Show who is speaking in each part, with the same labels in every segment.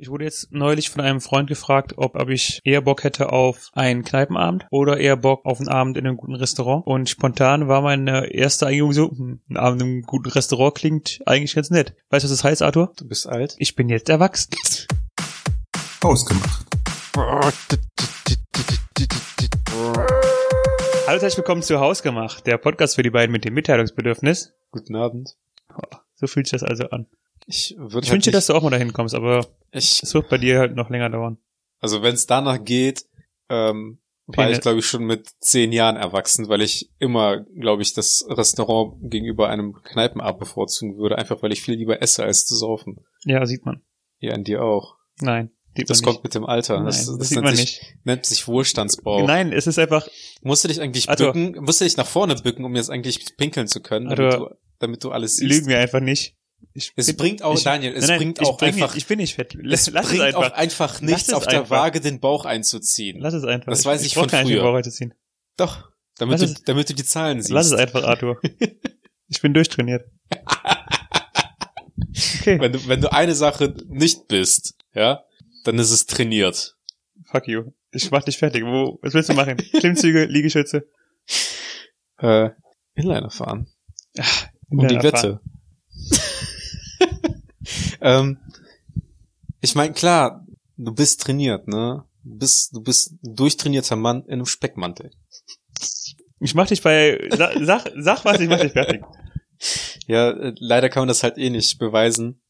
Speaker 1: Ich wurde jetzt neulich von einem Freund gefragt, ob, ob ich eher Bock hätte auf einen Kneipenabend oder eher Bock auf einen Abend in einem guten Restaurant. Und spontan war meine erste Eingebung so, hm, ein Abend in einem guten Restaurant klingt eigentlich ganz nett. Weißt du, was das heißt, Arthur?
Speaker 2: Du bist alt.
Speaker 1: Ich bin jetzt erwachsen.
Speaker 3: Ausgemacht.
Speaker 1: Hallo, herzlich willkommen zu Hausgemacht, der Podcast für die beiden mit dem Mitteilungsbedürfnis.
Speaker 2: Guten Abend.
Speaker 1: So fühlt sich das also an.
Speaker 2: Ich würde
Speaker 1: Ich wünsche, dass du auch mal dahin kommst, aber
Speaker 2: ich,
Speaker 1: es wird bei dir halt noch länger dauern.
Speaker 2: also wenn es danach geht, ähm, war
Speaker 1: Penis.
Speaker 2: ich glaube ich schon mit zehn Jahren erwachsen, weil ich immer, glaube ich, das Restaurant gegenüber einem Kneipenabend bevorzugen würde, einfach weil ich viel lieber esse als zu saufen.
Speaker 1: Ja, sieht man.
Speaker 2: Ja, an dir auch.
Speaker 1: Nein, sieht
Speaker 2: Das
Speaker 1: man
Speaker 2: kommt mit dem Alter.
Speaker 1: Nein,
Speaker 2: das,
Speaker 1: das
Speaker 2: das,
Speaker 1: sieht
Speaker 2: nennt,
Speaker 1: man
Speaker 2: sich, nennt sich Wohlstandsbau.
Speaker 1: nicht. Nein, Also- es ist einfach,
Speaker 2: Musst du dich eigentlich
Speaker 1: Arthur.
Speaker 2: bücken, musst du dich nach vorne bücken, um jetzt eigentlich pinkeln zu können, damit
Speaker 1: Arthur.
Speaker 2: du, damit du alles siehst.
Speaker 1: Also lügen wir einfach nicht. Ich
Speaker 2: Es
Speaker 1: bin-
Speaker 2: bringt auch,
Speaker 1: ich-
Speaker 2: Daniel, es
Speaker 1: Nein, nein,
Speaker 2: bringt
Speaker 1: ich
Speaker 2: auch
Speaker 1: bin
Speaker 2: einfach
Speaker 1: Nicht, ich bin nicht fett.
Speaker 2: Es
Speaker 1: Lass, lass es
Speaker 2: bringt
Speaker 1: einfach.
Speaker 2: auch einfach
Speaker 1: Lass
Speaker 2: nichts
Speaker 1: es
Speaker 2: auf der
Speaker 1: einfach.
Speaker 2: Waage, den Bauch einzuziehen.
Speaker 1: lass es einfach.
Speaker 2: Das weiß ich
Speaker 1: brauch
Speaker 2: von
Speaker 1: gar nicht
Speaker 2: früher.
Speaker 1: über heute ziehen.
Speaker 2: Doch, damit
Speaker 1: Lass
Speaker 2: du,
Speaker 1: es-
Speaker 2: damit du die Zahlen siehst.
Speaker 1: Lass es einfach, Arthur. ich bin durchtrainiert. Okay,
Speaker 2: Wenn du, wenn du eine Sache nicht bist, ja, dann ist es trainiert.
Speaker 1: fuck you. Ich mach dich fertig. Wo, was willst du machen? Klimmzüge, Liegestütze.
Speaker 2: Äh, Inliner fahren. Um
Speaker 1: Ja,
Speaker 2: die
Speaker 1: erfahren.
Speaker 2: Wette. ähm, ich meine, klar, du bist trainiert, ne? Du bist, du bist ein durchtrainierter Mann in einem Speckmantel.
Speaker 1: Ich mach dich bei, sag, sag, sag was, ich mach dich fertig.
Speaker 2: Ja, äh, leider kann man das halt eh nicht beweisen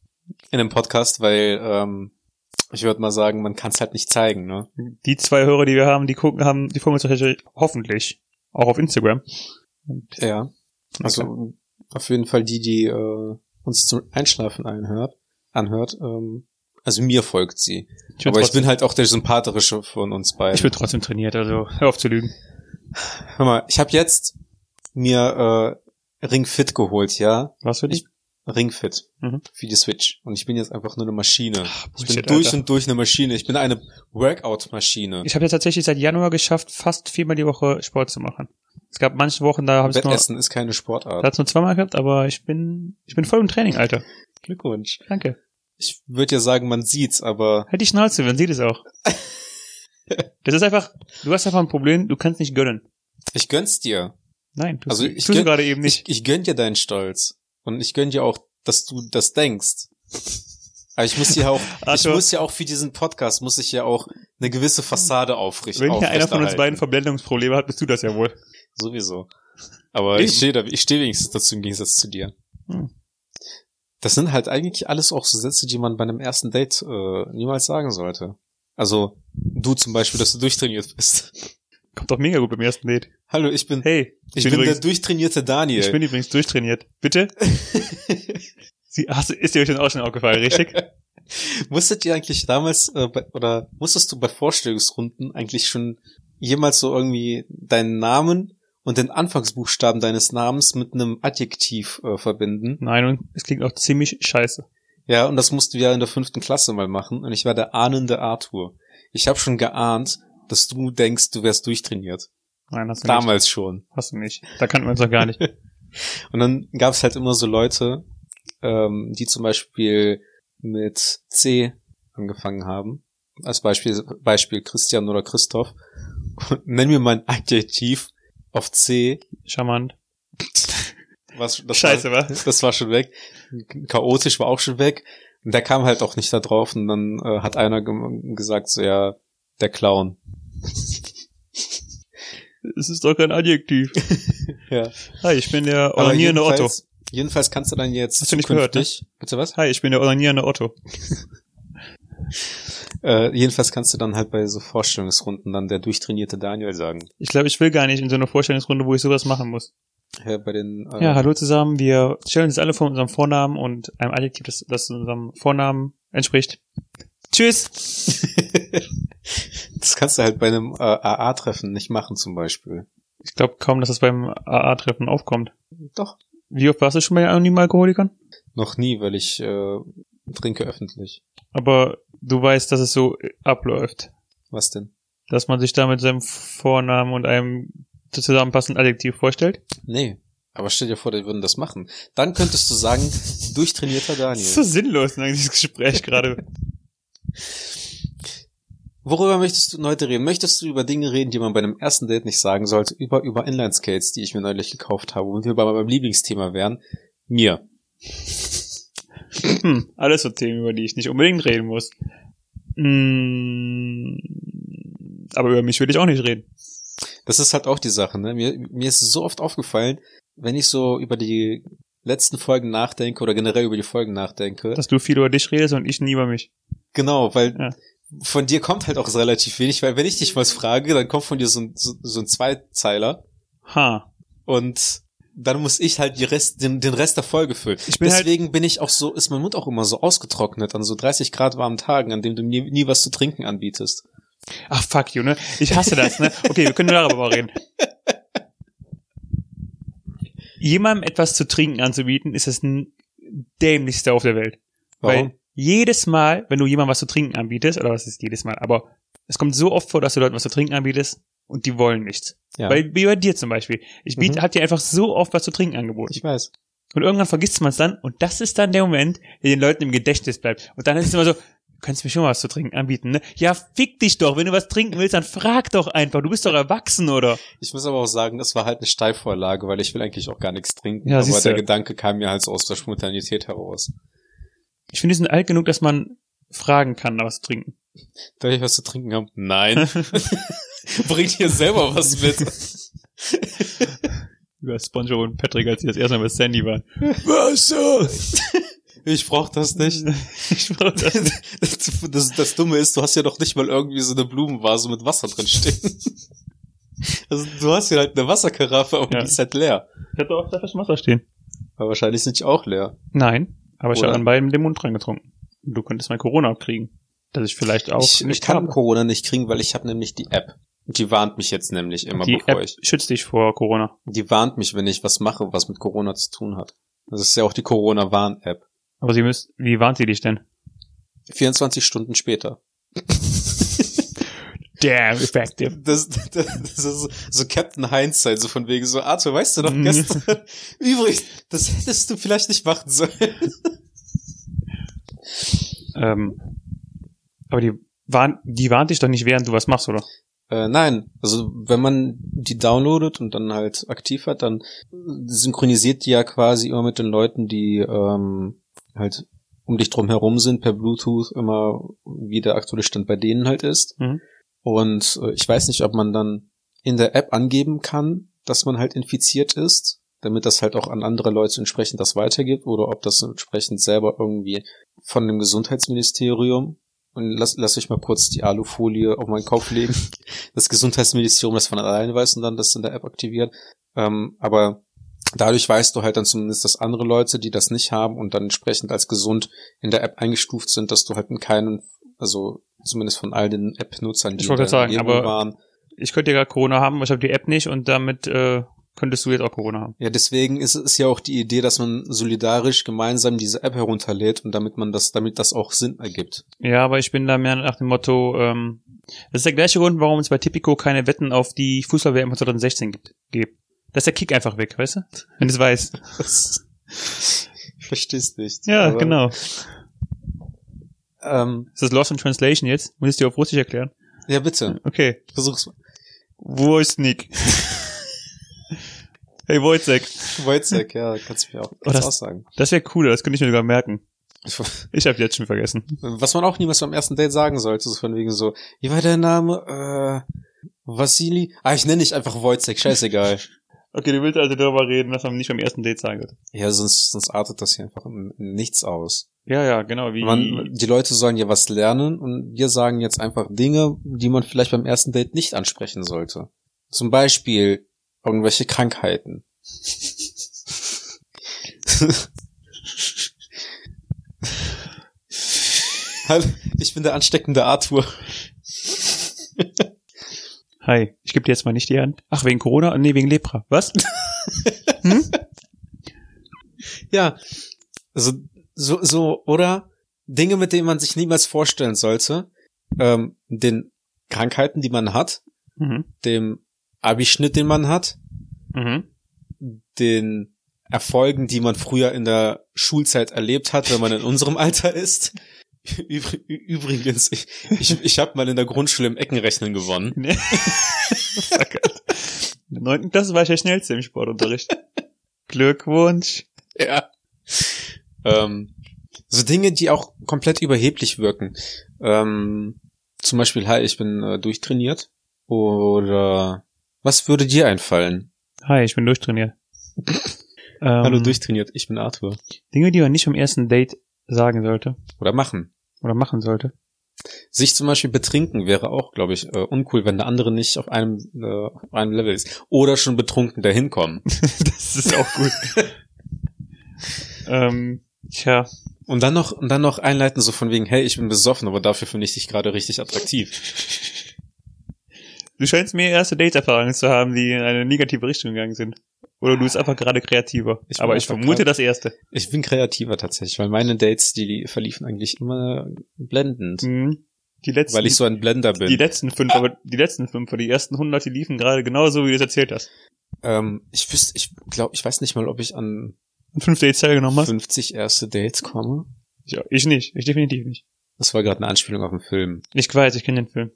Speaker 2: in einem Podcast, weil ähm, ich würde mal sagen, man kann es halt nicht zeigen, ne?
Speaker 1: Die zwei Hörer, die wir haben, die gucken, haben, die folgen uns wahrscheinlich hoffentlich auch auf Instagram.
Speaker 2: Ja. Also auf jeden Fall die, die äh, uns zum Einschlafen anhört, anhört. Ähm, also mir folgt sie.
Speaker 1: ich
Speaker 2: Aber ich
Speaker 1: trotzdem-
Speaker 2: bin halt auch der sympathische von uns beiden.
Speaker 1: ich bin trotzdem trainiert, also hör auf zu lügen.
Speaker 2: Hör mal, ich habe jetzt mir äh, Ring Fit geholt, ja?
Speaker 1: Was für dich?
Speaker 2: Ring Fit
Speaker 1: Mhm.
Speaker 2: für die Switch. Und ich bin jetzt einfach nur eine Maschine. Ich bin
Speaker 1: Bullshit,
Speaker 2: durch
Speaker 1: Alter.
Speaker 2: und durch eine Maschine. Ich bin eine Workout-Maschine.
Speaker 1: Ich habe ja tatsächlich seit Januar geschafft, fast viermal die Woche Sport zu machen. Es gab manche Wochen, da habe ich nur,
Speaker 2: Wettessen ist keine
Speaker 1: da
Speaker 2: Sportart.
Speaker 1: hat's nur zweimal gehabt, aber ich bin, ich bin voll im Training, Alter.
Speaker 2: Glückwunsch.
Speaker 1: Danke.
Speaker 2: Ich würde ja sagen, man sieht's, aber
Speaker 1: Halt die Schnauze, man sieht es auch. Das ist einfach, du hast einfach ein Problem, du kannst nicht gönnen.
Speaker 2: ich gönn's dir.
Speaker 1: Nein, tust,
Speaker 2: Also
Speaker 1: also
Speaker 2: ich
Speaker 1: tust du
Speaker 2: gönn-
Speaker 1: gerade eben nicht.
Speaker 2: Ich, ich gönn dir deinen Stolz. Und ich gönn dir auch, dass du das denkst. Aber ich muss ja auch, ich
Speaker 1: Arthur.
Speaker 2: muss ja auch für diesen Podcast, muss ich ja auch eine gewisse Fassade aufrichten.
Speaker 1: Wenn hier einer von uns
Speaker 2: aufrechterhalten.
Speaker 1: beiden Verblendungsprobleme hat, bist du das ja wohl.
Speaker 2: Sowieso. Aber
Speaker 1: Eben.
Speaker 2: ich stehe da, ich stehe wenigstens dazu im Gegensatz zu dir.
Speaker 1: Hm.
Speaker 2: Das sind halt eigentlich alles auch so Sätze, die man bei einem ersten Date äh, niemals sagen sollte. Also, du zum Beispiel, dass du durchtrainiert bist.
Speaker 1: Kommt doch mega gut beim ersten Date.
Speaker 2: Hallo, ich bin,
Speaker 1: Hey,
Speaker 2: ich bin,
Speaker 1: übrigens,
Speaker 2: der durchtrainierte Daniel.
Speaker 1: ich bin übrigens durchtrainiert. Bitte? Sie, hast, du- ist dir euch auch schon aufgefallen, richtig?
Speaker 2: Musstet ihr eigentlich damals äh, bei, oder musstest du bei Vorstellungsrunden eigentlich schon jemals so irgendwie deinen Namen und den Anfangsbuchstaben deines Namens mit einem Adjektiv äh, verbinden?
Speaker 1: Nein, und es klingt auch ziemlich scheiße.
Speaker 2: Ja, und das mussten wir in der fünften Klasse mal machen und ich war der ahnende Arthur. Ich habe schon geahnt, dass du denkst, du wärst durchtrainiert.
Speaker 1: Nein, hast du nicht.
Speaker 2: Damals schon.
Speaker 1: Hast du nicht. Da kannten wir uns doch gar nicht.
Speaker 2: Und dann gab es halt immer so Leute, ähm, die zum Beispiel mit C angefangen haben. Als Beispiel, Beispiel Christian oder Christoph. Nenn mir mal ein Adjektiv auf C.
Speaker 1: Charmant.
Speaker 2: Was, das
Speaker 1: Scheiße,
Speaker 2: war,
Speaker 1: wa?
Speaker 2: Das war schon weg. Chaotisch war auch schon weg. Und der kam halt auch nicht da drauf. Und dann äh, hat einer gem- gesagt, so ja, der Clown.
Speaker 1: Es ist doch kein Adjektiv.
Speaker 2: Ja.
Speaker 1: Hi, ich bin der
Speaker 2: Aber
Speaker 1: onanierende Otto.
Speaker 2: jedenfalls- Jedenfalls kannst du dann jetzt
Speaker 1: Hast du nicht gehört, ne?
Speaker 2: zukünftig- Bitte was?
Speaker 1: Hi, ich bin der onanierende Otto.
Speaker 2: Äh, jedenfalls kannst du dann halt bei so Vorstellungsrunden dann der durchtrainierte Daniel sagen.
Speaker 1: Ich glaube, ich will gar nicht in so einer Vorstellungsrunde, wo ich sowas machen muss.
Speaker 2: Ja, bei den, äh,
Speaker 1: Ja, hallo zusammen. Wir stellen uns alle vor unserem Vornamen und einem Adjektiv, das, das unserem Vornamen entspricht. Tschüss.
Speaker 2: das kannst du halt bei einem äh, AA-Treffen nicht machen zum Beispiel.
Speaker 1: Ich glaube kaum, dass das beim AA-Treffen aufkommt.
Speaker 2: Doch.
Speaker 1: Wie oft warst du schon bei anonymen Alkoholikern?
Speaker 2: Noch nie, weil ich äh, trinke öffentlich.
Speaker 1: Aber du weißt, dass es so abläuft.
Speaker 2: Was denn?
Speaker 1: Dass man sich da mit seinem Vornamen und einem zusammenpassenden Adjektiv vorstellt?
Speaker 2: Nee. Aber stell dir vor, die würden das machen. Dann könntest du sagen, durchtrainierter
Speaker 1: Das
Speaker 2: Daniel.
Speaker 1: ist so sinnlos, ne, dieses Gespräch gerade.
Speaker 2: Worüber möchtest du heute reden? Möchtest du über Dinge reden, die man bei einem ersten Date nicht sagen sollte? Über, über Inlineskates, die ich mir neulich gekauft habe, und wir bei meinem Lieblingsthema wären? Mir.
Speaker 1: Hm, alles so Themen, über die ich nicht unbedingt reden muss. Mm, aber über mich würde ich auch nicht reden.
Speaker 2: Das ist halt auch die Sache, ne? Mir, mir ist so oft aufgefallen, wenn ich so über die letzten Folgen nachdenke oder generell über die Folgen nachdenke.
Speaker 1: Dass du viel über dich redest und ich nie über mich.
Speaker 2: genau, weil
Speaker 1: Ja.
Speaker 2: von dir kommt halt auch relativ wenig, weil wenn ich dich was frage, dann kommt von dir so ein, so, so ein Zweizeiler
Speaker 1: Ha.
Speaker 2: und dann muss ich halt die Rest, den, den Rest der Folge füllen.
Speaker 1: Ich bin halt,
Speaker 2: Deswegen bin ich auch so, ist mein Mund auch immer so ausgetrocknet an so 30 Grad warmen Tagen, an dem du nie, nie was zu trinken anbietest.
Speaker 1: ach fuck you, ne? Ich hasse das, ne? Okay, wir können nur darüber mal reden. Jemandem etwas zu trinken anzubieten, ist das n- dämlichste auf der Welt.
Speaker 2: Warum?
Speaker 1: Weil jedes Mal, wenn du jemandem was zu trinken anbietest, oder was ist jedes Mal, aber es kommt so oft vor, dass du Leuten was zu trinken anbietest und die wollen nichts.
Speaker 2: ja,
Speaker 1: Weil wie bei dir zum Beispiel. Ich biete,
Speaker 2: Mhm.
Speaker 1: hab dir einfach so oft was zu trinken angeboten.
Speaker 2: ich weiß.
Speaker 1: Und irgendwann vergisst man es dann und das ist dann der Moment, der den Leuten im Gedächtnis bleibt. Und dann ist es immer so, kannst du mir schon mal was zu trinken anbieten, ne? Ja, fick dich doch, wenn du was trinken willst, dann frag doch einfach, du bist doch erwachsen, oder?
Speaker 2: Ich muss aber auch sagen, das war halt eine Steilvorlage, weil ich will eigentlich auch gar nichts trinken.
Speaker 1: Ja,
Speaker 2: aber
Speaker 1: siehst
Speaker 2: der
Speaker 1: du.
Speaker 2: Gedanke kam mir halt so aus der Spontanität heraus.
Speaker 1: Ich finde, die sind alt genug, dass man fragen kann, nach was zu trinken.
Speaker 2: Darf ich was zu trinken haben? Nein. Bringt dir selber was mit.
Speaker 1: Über Spongebob und Patrick, als sie das erste Mal bei Sandy waren. Wasser!
Speaker 2: Ich brauch das nicht.
Speaker 1: Ich brauch das.
Speaker 2: Das, das, das Dumme ist, du hast ja doch nicht mal irgendwie so eine Blumenvase mit Wasser drin stehen. Also du hast ja halt eine Wasserkaraffe, aber
Speaker 1: Ja.
Speaker 2: die ist halt leer.
Speaker 1: Ich hatte auch da fast Wasser stehen.
Speaker 2: Aber wahrscheinlich sind die auch leer.
Speaker 1: Nein, aber ich
Speaker 2: Oder?
Speaker 1: habe an beiden den Mund dran getrunken. Und du könntest mein Corona abkriegen. Das ich vielleicht auch
Speaker 2: ich, ich
Speaker 1: nicht
Speaker 2: kann
Speaker 1: habe.
Speaker 2: Corona nicht kriegen, weil ich habe nämlich die App. Und Die warnt mich jetzt nämlich immer,
Speaker 1: Die
Speaker 2: bevor
Speaker 1: App
Speaker 2: ich.
Speaker 1: schützt dich vor Corona.
Speaker 2: Die warnt mich, wenn ich was mache, was mit Corona zu tun hat. Das ist ja auch die Corona-Warn-App.
Speaker 1: Aber sie müsst, wie warnt sie dich denn?
Speaker 2: 24 Stunden später.
Speaker 1: Damn effective.
Speaker 2: Das, das, das ist so, so Captain Hindsight, so von wegen so, Arthur, weißt du noch
Speaker 1: Mhm.
Speaker 2: gestern? Übrigens, das hättest du vielleicht nicht machen sollen.
Speaker 1: Ähm, aber die warnt, die warnt dich doch nicht, während du was machst, oder?
Speaker 2: Äh, nein, also wenn man die downloadet und dann halt aktiv hat, dann synchronisiert die ja quasi immer mit den Leuten, die ähm, halt um dich drum herum sind, per Bluetooth immer, wie der aktuelle Stand bei denen halt ist.
Speaker 1: Mhm.
Speaker 2: Und äh, ich weiß nicht, ob man dann in der App angeben kann, dass man halt infiziert ist, damit das halt auch an andere Leute entsprechend das weitergibt oder ob das entsprechend selber irgendwie von dem Gesundheitsministerium und lass, lass ich mal kurz die Alufolie auf meinen Kopf legen. Das Gesundheitsministerium das von alleine weiß und dann das in der App aktiviert. Ähm, aber dadurch weißt du halt dann zumindest, dass andere Leute, die das nicht haben und dann entsprechend als gesund in der App eingestuft sind, dass du halt in keinen, also zumindest von all den App-Nutzern, die
Speaker 1: Ich wollte
Speaker 2: in der
Speaker 1: gerade sagen,
Speaker 2: Umgebung
Speaker 1: aber-
Speaker 2: waren,
Speaker 1: Ich könnte ja gerade Corona haben, aber ich habe die App nicht und damit äh, könntest du jetzt auch Corona haben.
Speaker 2: Ja, deswegen ist es ja auch die Idee, dass man solidarisch gemeinsam diese App herunterlädt und damit man das, damit das auch Sinn ergibt.
Speaker 1: Ja, aber ich bin da mehr nach dem Motto, ähm, das ist der gleiche Grund, warum es bei Tipico keine Wetten auf die Fußball-WM 2016 gibt. gibt. Da ist der Kick einfach weg, weißt du? Wenn du es weißt.
Speaker 2: Das, ich versteh's nicht.
Speaker 1: Ja,
Speaker 2: Aber,
Speaker 1: genau. Ist
Speaker 2: Ähm,
Speaker 1: das Lost in Translation jetzt? Muss ich dir auf Russisch erklären?
Speaker 2: ja, bitte.
Speaker 1: Okay.
Speaker 2: Ich versuch's mal.
Speaker 1: Wo ist Nick? hey, Wojtek.
Speaker 2: Wojciech, ja, kannst du mir auch, kannst
Speaker 1: das-
Speaker 2: auch sagen.
Speaker 1: Das wäre cooler, das könnte ich mir sogar merken. Ich habe jetzt schon vergessen.
Speaker 2: Was man auch niemals beim ersten Date sagen sollte, so von wegen so, wie war dein Name? Äh, Vasili? Ah, ich nenne dich einfach Wojciech, scheißegal.
Speaker 1: Okay, du willst also darüber reden, dass man nicht beim ersten Date sagen wird.
Speaker 2: ja, sonst, sonst artet das hier einfach in- in nichts aus.
Speaker 1: Ja, ja, genau. Wie
Speaker 2: Man, die Leute sollen ja was lernen und wir sagen jetzt einfach Dinge, die man vielleicht beim ersten Date nicht ansprechen sollte. Zum Beispiel irgendwelche Krankheiten. Hallo, ich bin der ansteckende Arthur.
Speaker 1: Hi, ich gebe dir jetzt mal nicht die Hand. Ach, wegen Corona? Nee, wegen Lepra. Was?
Speaker 2: Ja, also so, so oder Dinge, mit denen man sich niemals vorstellen sollte, ähm, den Krankheiten, die man hat,
Speaker 1: mhm.
Speaker 2: dem Abischnitt, den man hat,
Speaker 1: Mhm.
Speaker 2: den Erfolgen, die man früher in der Schulzeit erlebt hat, wenn man in unserem Alter ist. Übr- ü- Übrigens, ich, ich, ich habe mal in der Grundschule im Eckenrechnen gewonnen.
Speaker 1: Nee. Fuck. In der neunten Klasse war ich der Schnellste im Sportunterricht. Glückwunsch.
Speaker 2: Ja. Ähm, so Dinge, die auch komplett überheblich wirken. Ähm, zum Beispiel, hi, ich bin äh, durchtrainiert. Oder was würde dir einfallen?
Speaker 1: Hi, ich bin durchtrainiert. ähm,
Speaker 2: Hallo, durchtrainiert, ich bin Arthur.
Speaker 1: Dinge, die man nicht am ersten Date sagen sollte
Speaker 2: Oder machen.
Speaker 1: oder machen sollte.
Speaker 2: Sich zum Beispiel betrinken wäre auch, glaube ich, äh, uncool, wenn der andere nicht auf einem, äh, auf einem Level ist. Oder schon betrunken dahin kommen.
Speaker 1: das ist auch gut. ähm, tja,
Speaker 2: Und dann noch, und dann noch einleiten so von wegen, hey, ich bin besoffen, aber dafür finde ich dich gerade richtig attraktiv.
Speaker 1: du scheinst mir erste Date-Erfahrungen zu haben, die in eine negative Richtung gegangen sind. Oder du bist einfach gerade kreativer.
Speaker 2: Ich bin
Speaker 1: Aber ich
Speaker 2: einfach
Speaker 1: vermute
Speaker 2: grad-
Speaker 1: das erste.
Speaker 2: Ich bin kreativer tatsächlich, weil meine Dates, die verliefen eigentlich immer blendend.
Speaker 1: Mhm. Die letzten,
Speaker 2: Weil ich so ein Blender
Speaker 1: die
Speaker 2: bin.
Speaker 1: letzten fünf, aber die letzten fünf, aber die ersten hundert, die liefen gerade genauso, wie du es erzählt hast.
Speaker 2: Ähm, ich wüsste, ich glaube, ich weiß nicht mal, ob ich an
Speaker 1: Und fünf Dates teilgenommen hast?
Speaker 2: 50 erste Dates komme.
Speaker 1: Ja, ich nicht. Ich definitiv nicht.
Speaker 2: Das war gerade eine Anspielung auf einen Film.
Speaker 1: Ich weiß, ich kenne den Film.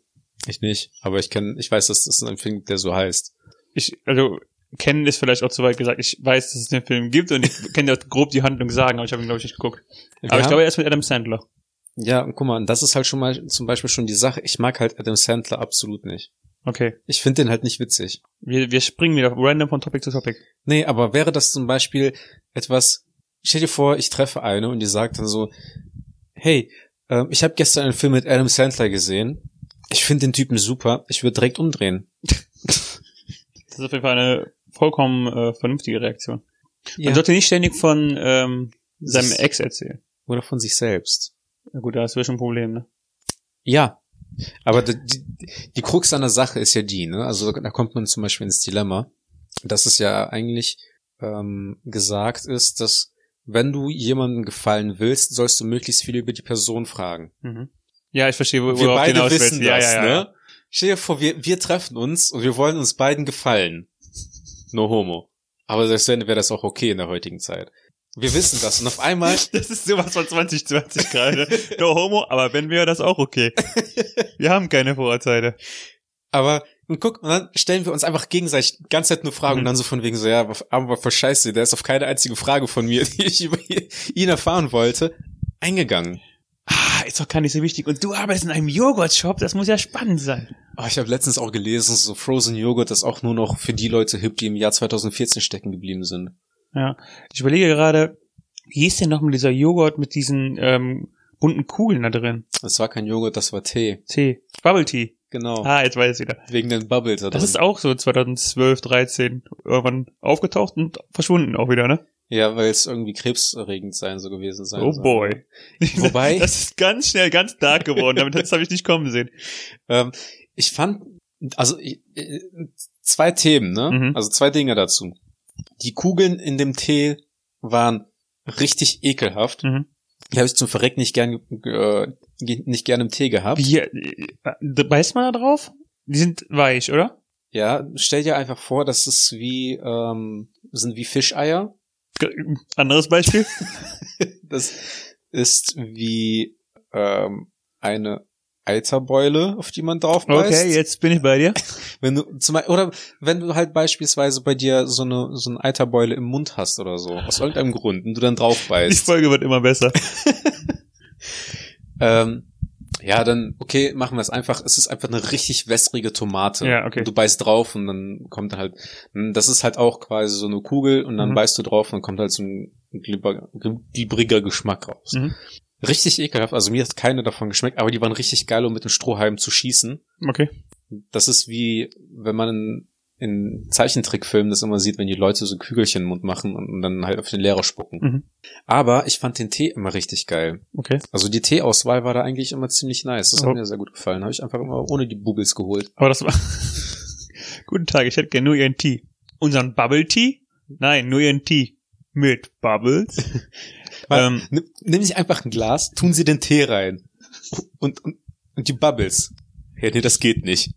Speaker 2: Ich nicht, aber ich kenn, ich weiß, dass das ein Film, gibt, der so heißt.
Speaker 1: Ich, also, kennen ist vielleicht auch zu weit gesagt. Ich weiß, dass es den Film gibt und ich kann dir auch grob die Handlung sagen, aber ich habe ihn, glaube ich, nicht geguckt.
Speaker 2: Wir
Speaker 1: aber ich
Speaker 2: haben-
Speaker 1: glaube, er ist mit Adam Sandler.
Speaker 2: ja, und guck mal, und das ist halt schon mal zum Beispiel schon die Sache. Ich mag halt Adam Sandler absolut nicht.
Speaker 1: Okay.
Speaker 2: Ich finde den halt nicht witzig.
Speaker 1: Wir, wir springen wieder random von Topic zu Topic.
Speaker 2: Nee, aber wäre das zum Beispiel etwas, stell dir vor, ich treffe eine und die sagt dann so, hey, ähm, ich habe gestern einen Film mit Adam Sandler gesehen, ich finde den Typen super, ich würde direkt umdrehen.
Speaker 1: Das ist auf jeden Fall eine vollkommen äh, vernünftige Reaktion. Man
Speaker 2: Ja.
Speaker 1: sollte nicht ständig von ähm, seinem
Speaker 2: Das-
Speaker 1: Ex erzählen.
Speaker 2: Oder von sich selbst.
Speaker 1: Na gut, da hast du schon ein Problem, ne?
Speaker 2: Ja. Aber die, die, die Krux an der Sache ist ja die, ne? Also da kommt man zum Beispiel ins Dilemma, dass es ja eigentlich ähm, gesagt ist, dass wenn du jemandem gefallen willst, sollst du möglichst viel über die Person fragen.
Speaker 1: Mhm. Ja, ich verstehe, wo,
Speaker 2: wir
Speaker 1: worauf du
Speaker 2: beide
Speaker 1: hinaus
Speaker 2: wissen
Speaker 1: willst. Ja,
Speaker 2: das,
Speaker 1: ja, ja.
Speaker 2: ne? Stell dir vor, wir, wir treffen uns und wir wollen uns beiden gefallen. No homo. Aber selbst wenn, wäre das auch okay in der heutigen Zeit. Wir wissen das und auf einmal,
Speaker 1: Das ist sowas von 2020 gerade. No homo, aber wenn wir das auch okay. Wir haben keine Vorurteile.
Speaker 2: aber und guck, und dann stellen wir uns einfach gegenseitig die ganze Zeit nur Fragen
Speaker 1: Mhm.
Speaker 2: und dann so von wegen so, ja, was- aber für Scheiße, der ist auf keine einzige Frage von mir, die ich über ihn erfahren wollte, eingegangen.
Speaker 1: Ah, ist doch gar nicht so wichtig. Und du arbeitest in einem Joghurt-Shop, das muss ja spannend sein.
Speaker 2: Oh, ich habe letztens auch gelesen, so Frozen Joghurt ist auch nur noch für die Leute hip, die im Jahr 2014 stecken geblieben sind.
Speaker 1: Ich überlege gerade, wie hieß denn nochmal dieser Joghurt mit diesen ähm, bunten Kugeln da drin?
Speaker 2: Das war kein Joghurt, das war Tee.
Speaker 1: Tee. Bubble Tea.
Speaker 2: Genau.
Speaker 1: Ah, jetzt weiß ich wieder.
Speaker 2: Wegen den Bubbles. Da
Speaker 1: Das
Speaker 2: drin.
Speaker 1: ist auch so 2012, 13 irgendwann aufgetaucht und verschwunden auch wieder, ne?
Speaker 2: Ja, weil es irgendwie krebserregend sein so gewesen sein
Speaker 1: oh
Speaker 2: soll.
Speaker 1: boy.
Speaker 2: Wobei-
Speaker 1: das ist ganz schnell ganz dark geworden. Damit das habe ich nicht kommen sehen.
Speaker 2: Ähm, ich fand, also ich, äh, zwei Themen, ne?
Speaker 1: Mhm.
Speaker 2: Also zwei Dinge dazu. Die Kugeln in dem Tee waren richtig ekelhaft.
Speaker 1: Mhm.
Speaker 2: Die habe ich zum Verreck nicht gern, ge- äh, ge- nicht gern im Tee gehabt.
Speaker 1: Wie, äh, da beißt man da drauf? Die sind weich, oder?
Speaker 2: Ja, stell dir einfach vor, das ist wie, ähm, sind wie Fischeier.
Speaker 1: G- Anderes Beispiel?
Speaker 2: Das ist wie, ähm, eine Eiterbeule, auf die man drauf beißt.
Speaker 1: Okay, jetzt bin ich bei dir.
Speaker 2: Wenn du zum Beispiel, oder wenn du halt beispielsweise bei dir so eine so eine Eiterbeule im Mund hast oder so, aus irgendeinem Grund, und du dann drauf
Speaker 1: Die
Speaker 2: beißt,
Speaker 1: Folge wird immer besser.
Speaker 2: ähm, ja, dann, okay, machen wir es einfach. Es ist einfach eine richtig wässrige Tomate.
Speaker 1: Ja, okay.
Speaker 2: Und du beißt drauf und dann kommt dann halt, das ist halt auch quasi so eine Kugel und dann
Speaker 1: Mhm.
Speaker 2: beißt du drauf und dann kommt halt so ein glibber- glibbriger Geschmack raus.
Speaker 1: Mhm.
Speaker 2: Richtig ekelhaft, also mir hat keine davon geschmeckt, aber die waren richtig geil, um mit dem Strohhalm zu schießen.
Speaker 1: Okay.
Speaker 2: Das ist wie, wenn man in, in Zeichentrickfilmen das immer sieht, wenn die Leute so Kügelchen im Mund machen und, und dann halt auf den Lehrer spucken.
Speaker 1: Mhm.
Speaker 2: Aber ich fand den Tee immer richtig geil.
Speaker 1: Okay.
Speaker 2: Also die Teeauswahl war da eigentlich immer ziemlich nice. Das
Speaker 1: Oh.
Speaker 2: hat mir sehr gut gefallen. Habe ich einfach immer ohne die Bubbles geholt.
Speaker 1: Aber das war. Guten Tag, ich hätte gerne nur ihren Tee. Unseren Bubble Tea? Nein, nur ihren Tee. Mit Bubbles. ähm,
Speaker 2: Nimm, nimm sich einfach ein Glas, tun sie den Tee rein. Und, und, und die Bubbles. Ja, nee, das geht nicht.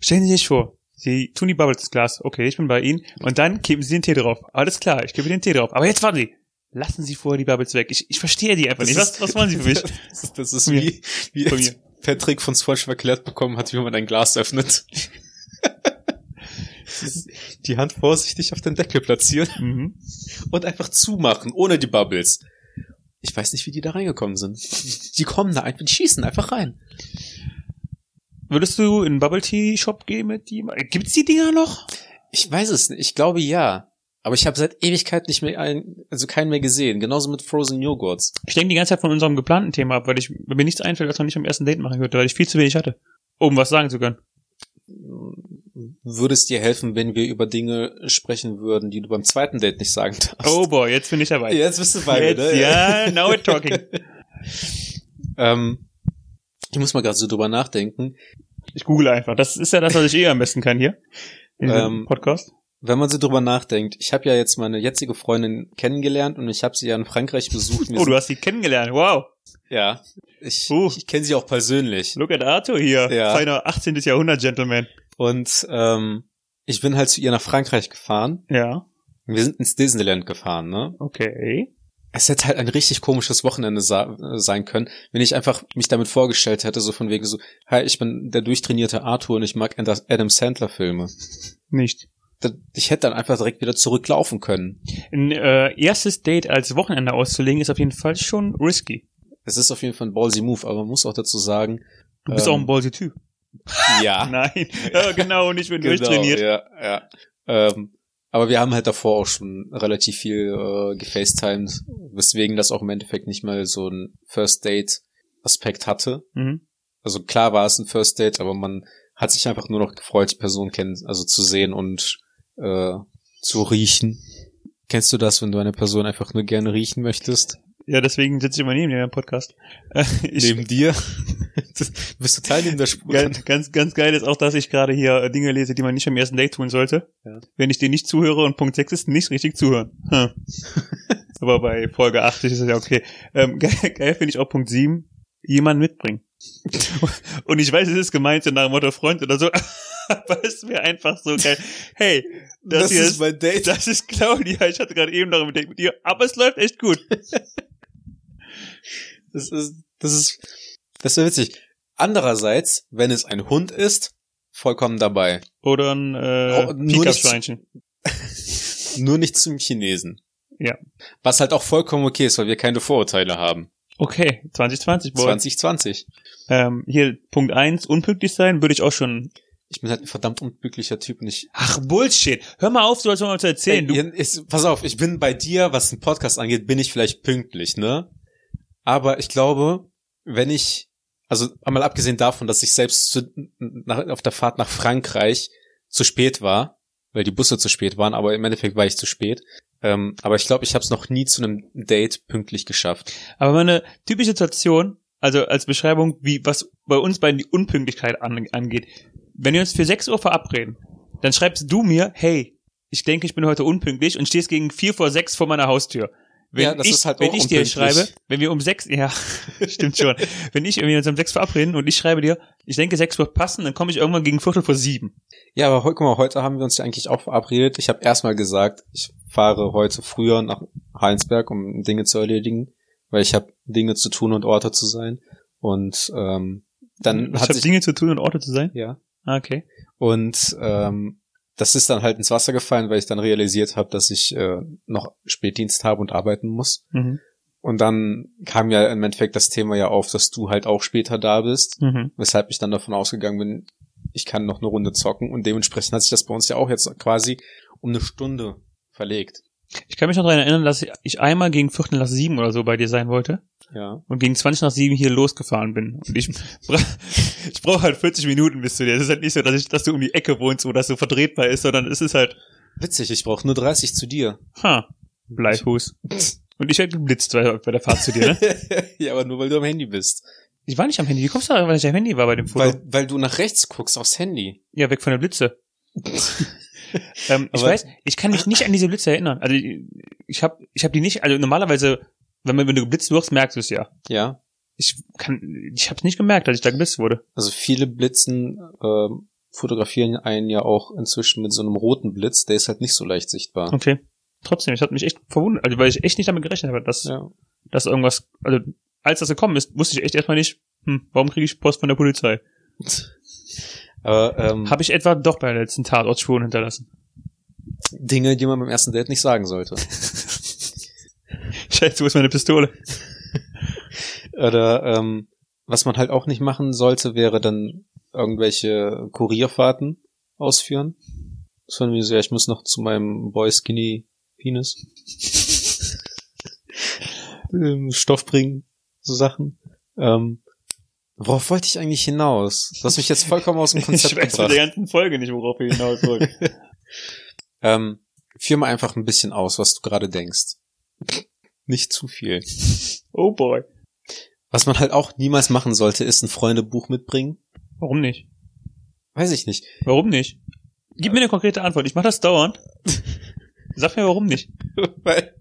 Speaker 1: Stellen Sie sich vor, Sie tun die Bubbles ins Glas. Okay, ich bin bei Ihnen. Und dann kippen Sie den Tee drauf. Alles klar, ich kippe den Tee drauf. Aber jetzt warten Sie. Lassen Sie vorher die Bubbles weg. Ich, ich verstehe die einfach nicht. Was, was wollen Sie für mich?
Speaker 2: Das ist, das ist
Speaker 1: Von mir.
Speaker 2: wie, wie
Speaker 1: Von
Speaker 2: als Patrick von Swatch erklärt bekommen hat, wie man ein Glas öffnet. Das ist die Hand vorsichtig auf den Deckel platzieren
Speaker 1: Mhm.
Speaker 2: und einfach zumachen, ohne die Bubbles. Ich weiß nicht, wie die da reingekommen sind. Die kommen da einfach, die schießen einfach rein.
Speaker 1: Würdest du in einen Bubble Tea Shop gehen mit ihm? Gibt's die Dinger noch?
Speaker 2: Ich weiß es nicht, ich glaube ja. Aber ich habe seit Ewigkeit nicht mehr einen, also keinen mehr gesehen. Genauso mit Frozen Joghurts.
Speaker 1: Ich denke die ganze Zeit von unserem geplanten Thema ab, weil ich weil mir nichts einfällt, was man nicht am ersten Date machen könnte, weil ich viel zu wenig hatte, um was sagen zu können.
Speaker 2: Würde es dir helfen, wenn wir über Dinge sprechen würden, die du beim zweiten Date nicht sagen darfst?
Speaker 1: Oh boy, jetzt bin ich dabei.
Speaker 2: jetzt bist du bei mir,
Speaker 1: Jetzt,
Speaker 2: ne?
Speaker 1: ja, now we're talking.
Speaker 2: Ähm, ich muss mal gerade so drüber nachdenken.
Speaker 1: Ich google einfach. Das ist ja das, was ich eh am besten kann hier. In diesem
Speaker 2: Ähm,
Speaker 1: Podcast.
Speaker 2: Wenn man so drüber nachdenkt, ich habe ja jetzt meine jetzige Freundin kennengelernt und ich habe sie ja in Frankreich besucht. Wir
Speaker 1: Oh, du
Speaker 2: sind-
Speaker 1: hast sie kennengelernt. Wow.
Speaker 2: ja. Ich,
Speaker 1: Uh.
Speaker 2: ich kenne sie auch persönlich.
Speaker 1: Look at Arthur hier.
Speaker 2: Ja.
Speaker 1: Feiner 18. Jahrhundert Gentleman.
Speaker 2: Und ähm, ich bin halt zu ihr nach Frankreich gefahren.
Speaker 1: Ja.
Speaker 2: Wir sind ins Disneyland gefahren, ne?
Speaker 1: Okay.
Speaker 2: Es hätte halt ein richtig komisches Wochenende sa äh, sein können, wenn ich einfach mich damit vorgestellt hätte, so von wegen so, hi, ich bin der durchtrainierte Arthur und ich mag Ad- Adam Sandler Filme.
Speaker 1: Nicht.
Speaker 2: Da- Ich hätte dann einfach direkt wieder zurücklaufen können.
Speaker 1: Ein äh, erstes Date als Wochenende auszulegen, ist auf jeden Fall schon risky.
Speaker 2: Es ist auf jeden Fall ein ballsy Move, aber man muss auch dazu sagen,
Speaker 1: Du bist
Speaker 2: Ähm,
Speaker 1: auch ein ballsy Typ.
Speaker 2: ja.
Speaker 1: Nein. Ja, genau, und ich bin durchtrainiert.
Speaker 2: Ja, ja. Ähm, aber wir haben halt davor auch schon relativ viel äh, gefacetimed, weswegen das auch im Endeffekt nicht mal so ein First Date Aspekt hatte.
Speaker 1: Mhm.
Speaker 2: Also klar war es ein First Date, aber man hat sich einfach nur noch gefreut, die Person kennen, also zu sehen und äh, zu riechen. Kennst du das, wenn du eine Person einfach nur gerne riechen möchtest?
Speaker 1: Ja, deswegen sitze ich immer neben dir im Podcast. Äh, ich,
Speaker 2: neben dir? Das- Bist du Teil neben der Spur?
Speaker 1: Ganz, ganz, ganz geil ist auch, dass ich gerade hier äh, Dinge lese, die man nicht am ersten Date tun sollte.
Speaker 2: Ja.
Speaker 1: Wenn ich dir nicht zuhöre und Punkt 6 ist, nicht richtig zuhören. Hm. Aber bei Folge 8 ist es ja okay. Ähm, geil geil finde ich auch Punkt 7, jemanden mitbringen. und ich weiß, es ist gemeint so nach dem Motto Freund oder so, aber es wäre einfach so geil. Hey, das, hier ist,
Speaker 2: mein Date.
Speaker 1: das ist Claudia. Ich hatte gerade eben noch ein Date mit ihr, aber es läuft echt gut.
Speaker 2: Das ist, das ist, das wäre witzig. Andererseits, wenn es ein Hund ist, vollkommen dabei.
Speaker 1: Oder ein äh,
Speaker 2: Oh, nur nicht-
Speaker 1: Pika-Schweinchen.
Speaker 2: Nur nicht zum Chinesen.
Speaker 1: Ja.
Speaker 2: Was halt auch vollkommen okay ist, weil wir keine Vorurteile haben.
Speaker 1: Okay, 2020, Boy.
Speaker 2: 2020.
Speaker 1: Ähm, hier Punkt eins unpünktlich sein, würde ich auch schon.
Speaker 2: Ich bin halt ein verdammt unglücklicher Typ und ich,
Speaker 1: Ach, Bullshit. Hör mal auf, so als wollen wir uns erzählen. Du,
Speaker 2: Ey, ich, pass auf, ich bin bei dir, was den Podcast angeht, bin ich vielleicht pünktlich, ne? Aber ich glaube, wenn ich, also einmal abgesehen davon, dass ich selbst zu, nach, auf der Fahrt nach Frankreich zu spät war, weil die Busse zu spät waren, aber im Endeffekt war ich zu spät. Ähm, aber ich glaube, ich habe es noch nie zu einem Date pünktlich geschafft.
Speaker 1: aber meine typische Situation, also als Beschreibung, wie was bei uns beiden die Unpünktlichkeit an, angeht. Wenn wir uns für 6 Uhr verabreden, dann schreibst du mir, hey, ich denke, ich bin heute unpünktlich und stehst gegen 4 vor 6 vor meiner Haustür. Wenn
Speaker 2: Ja, das
Speaker 1: ich,
Speaker 2: ist halt
Speaker 1: wenn
Speaker 2: auch
Speaker 1: ich dir
Speaker 2: unpünktlich.
Speaker 1: schreibe, wenn wir um 6, ja, stimmt schon. wenn ich, wenn wir uns um 6 verabreden und ich schreibe dir, ich denke 6 Uhr passen, dann komme ich irgendwann gegen Viertel vor 7.
Speaker 2: Ja, aber heu- guck mal, heute haben wir uns ja eigentlich auch verabredet. Ich habe erstmal gesagt, ich fahre heute früher nach Heinsberg, um Dinge zu erledigen, weil ich habe Dinge zu tun und Orte zu sein. Und ähm, dann
Speaker 1: ich
Speaker 2: hat
Speaker 1: hab
Speaker 2: sich
Speaker 1: Dinge zu tun und Orte zu sein.
Speaker 2: ja
Speaker 1: Ah, okay.
Speaker 2: und ähm, das ist dann halt ins Wasser gefallen, weil ich dann realisiert habe, dass ich äh, noch Spätdienst habe und arbeiten muss.
Speaker 1: Mhm.
Speaker 2: Und dann kam ja im Endeffekt das Thema ja auf, dass du halt auch später da bist.
Speaker 1: Mhm.
Speaker 2: weshalb ich dann davon ausgegangen bin, ich kann noch eine Runde zocken und dementsprechend hat sich das bei uns ja auch jetzt quasi um eine Stunde verlegt.
Speaker 1: Ich kann mich noch daran erinnern, dass ich einmal gegen Viertel nach sieben oder so bei dir sein wollte
Speaker 2: Ja.
Speaker 1: und gegen 20 nach sieben hier losgefahren bin. Und ich, bra ich brauche halt 40 Minuten bis zu dir. Es ist halt nicht so, dass, ich, dass du um die Ecke wohnst, wo das so verdrehtbar ist, sondern es ist halt,
Speaker 2: Witzig, ich brauche nur 30 zu dir.
Speaker 1: ha, Bleifuß. Und ich werde geblitzt bei, bei der Fahrt zu dir, ne?
Speaker 2: ja, aber nur weil du am Handy bist.
Speaker 1: Ich war nicht am Handy. Wie kommst du da, weil ich am Handy war bei dem Foto?
Speaker 2: Weil, weil du nach rechts guckst aufs Handy.
Speaker 1: ja, weg von der Blitze. Ähm, ich
Speaker 2: Aber-
Speaker 1: weiß, ich kann mich nicht an diese Blitze erinnern. Also ich- ich habe ich hab die nicht, also normalerweise, wenn, man, wenn du geblitzt wirst, merkst du es ja.
Speaker 2: ja.
Speaker 1: ich kann, ich habe nicht gemerkt, dass ich da geblitzt wurde.
Speaker 2: Also viele Blitzen ähm, fotografieren einen ja auch inzwischen mit so einem roten Blitz, der ist halt nicht so leicht sichtbar.
Speaker 1: Okay. trotzdem, ich hatte mich echt verwundert, also weil ich echt nicht damit gerechnet habe, dass,
Speaker 2: Ja.
Speaker 1: dass irgendwas, also als das gekommen ist, wusste ich echt erstmal nicht, hm, warum kriege ich Post von der Polizei?
Speaker 2: Aber ähm,
Speaker 1: Habe ich etwa doch bei der letzten Tatort Spuren hinterlassen?
Speaker 2: Dinge, die man beim ersten Date nicht sagen sollte.
Speaker 1: Scheiße, wo ist meine Pistole?
Speaker 2: Oder ähm, was man halt auch nicht machen sollte, wäre dann irgendwelche Kurierfahrten ausführen. Das fand ich so, ja, ich muss noch zu meinem Boy Skinny Penis ähm, Stoff bringen, so Sachen. Ähm, worauf wollte ich eigentlich hinaus? Du hast mich jetzt vollkommen aus dem Konzept
Speaker 1: ich weiß mit der
Speaker 2: gebracht.
Speaker 1: ganzen Folge nicht, worauf wir hinaus wollen.
Speaker 2: Ähm, führ mal einfach ein bisschen aus, was du gerade denkst. Nicht zu viel.
Speaker 1: oh boy.
Speaker 2: Was man halt auch niemals machen sollte, ist ein Freundebuch mitbringen.
Speaker 1: Warum nicht?
Speaker 2: Weiß ich nicht.
Speaker 1: Warum nicht? Gib mir eine konkrete Antwort. Ich mache das dauernd. Sag mir, warum nicht?
Speaker 2: Weil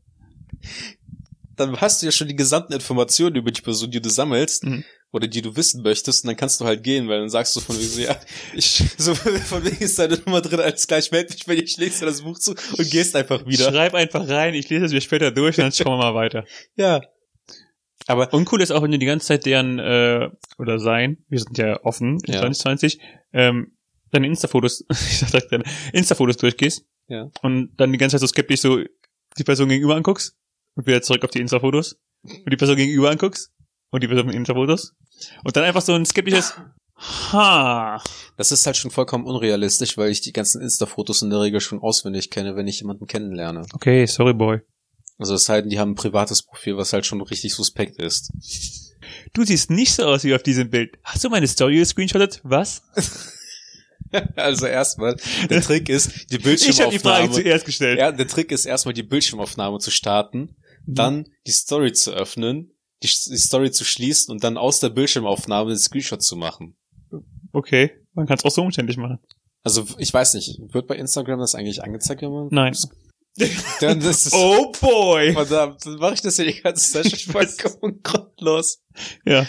Speaker 2: dann hast du ja schon die gesamten Informationen über die Person, die du sammelst
Speaker 1: Mhm.
Speaker 2: oder die du wissen möchtest, und dann kannst du halt gehen, weil dann sagst du von wegen so, ja, ich, so von wegen ist deine Nummer drin, alles gleich ich meld mich, wenn ich lese das Buch zu und gehst einfach wieder.
Speaker 1: Schreib einfach rein. Ich lese es mir später durch und dann schauen wir mal weiter.
Speaker 2: Ja. Aber
Speaker 1: Uncool ist auch, wenn du die ganze Zeit deren, äh, oder sein, wir sind ja offen in
Speaker 2: Ja.
Speaker 1: 2020, ähm, deine Insta-Fotos, ich sag direkt deine Insta-Fotos durchgehst
Speaker 2: Ja.
Speaker 1: und dann die ganze Zeit so skeptisch so die Person gegenüber anguckst und wieder zurück auf die Insta-Fotos und die Person gegenüber anguckst und die Person auf die Insta-Fotos und dann einfach so ein skeptisches Ha.
Speaker 2: das ist halt schon vollkommen unrealistisch, weil ich die ganzen Insta-Fotos in der Regel schon auswendig kenne, wenn ich jemanden kennenlerne.
Speaker 1: Okay, sorry, Boy.
Speaker 2: Also es sei denn, die haben ein privates Profil, was halt schon richtig suspekt ist.
Speaker 1: Du siehst nicht so aus wie auf diesem Bild. Hast du meine Story gescreenshottet? Was?
Speaker 2: Also erstmal, der Trick ist, die Bildschirmaufnahme.
Speaker 1: Ich habe die Frage zuerst gestellt.
Speaker 2: Ja, der Trick ist erstmal die Bildschirmaufnahme zu starten,
Speaker 1: Mhm.
Speaker 2: dann die Story zu öffnen, die, die Story zu schließen und dann aus der Bildschirmaufnahme den Screenshot zu machen.
Speaker 1: Okay, man kann es auch so umständlich machen.
Speaker 2: Also ich weiß nicht, wird bei Instagram das eigentlich angezeigt, wenn man?
Speaker 1: Nein.
Speaker 2: Dann das ist
Speaker 1: Oh boy!
Speaker 2: verdammt, dann mache ich das ja die ganze Zeit schon vollkommen grundlos.
Speaker 1: Ja.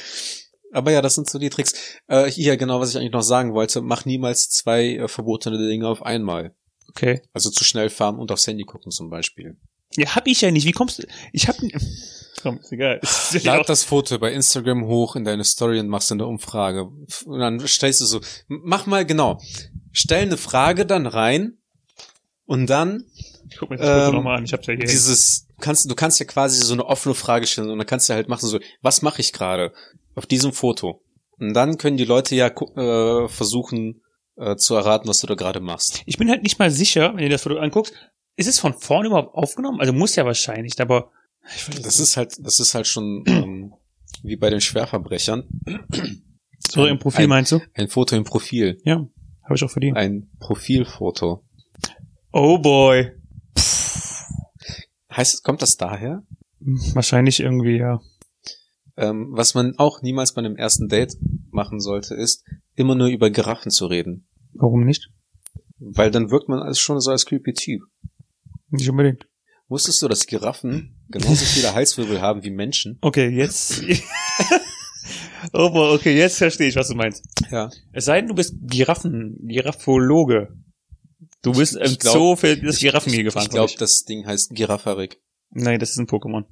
Speaker 2: Aber ja, das sind so die Tricks. Äh, hier genau, was ich eigentlich noch sagen wollte: Mach niemals zwei äh, verbotene Dinge auf einmal.
Speaker 1: Okay.
Speaker 2: Also zu schnell fahren und aufs Handy gucken zum Beispiel.
Speaker 1: Ja, hab ich ja nicht. Wie kommst du? Ich hab. Komm, ist egal. Ist ja
Speaker 2: Lad
Speaker 1: auch-
Speaker 2: das Foto bei Instagram hoch in deine Story und machst eine Umfrage. Und dann stellst du so, mach mal genau, stell eine Frage dann rein und dann
Speaker 1: Ich guck mir das Foto
Speaker 2: ähm,
Speaker 1: nochmal an. Ich hab's ja hier.
Speaker 2: dieses, kannst, du kannst ja quasi so eine offene Frage stellen und dann kannst du halt machen so, was mache ich gerade auf diesem Foto? Und dann können die Leute ja gu- äh, versuchen äh, zu erraten, was du da gerade machst.
Speaker 1: ich bin halt nicht mal sicher, wenn ihr das Foto anguckst, ist es von vorne überhaupt aufgenommen? Also muss ja wahrscheinlich, aber. Ich weiß,
Speaker 2: Das ist halt, das ist halt schon ähm, wie bei den Schwerverbrechern.
Speaker 1: so im Profil
Speaker 2: ein,
Speaker 1: meinst du?
Speaker 2: Ein Foto im Profil,
Speaker 1: Ja. Habe ich auch verdient.
Speaker 2: ein Profilfoto.
Speaker 1: Oh boy.
Speaker 2: Heißt, kommt das daher?
Speaker 1: Hm, Wahrscheinlich irgendwie, ja.
Speaker 2: Ähm, was man auch niemals bei einem ersten Date machen sollte, ist, immer nur über Giraffen zu reden.
Speaker 1: Warum nicht?
Speaker 2: Weil dann wirkt man als schon so als creepy Typ.
Speaker 1: Nicht unbedingt.
Speaker 2: Wusstest du, dass Giraffen genauso viele Halswirbel haben wie Menschen?
Speaker 1: Okay, jetzt. oh boy, okay, jetzt verstehe ich, was du meinst.
Speaker 2: Ja.
Speaker 1: Es sei denn, du bist Giraffen, Giraffologe. Du bist
Speaker 2: ich
Speaker 1: im
Speaker 2: glaub-
Speaker 1: Zoo für das Giraffen hier gefahren.
Speaker 2: Ich glaube, das Ding heißt Giraffarik.
Speaker 1: Nein, das ist ein Pokémon.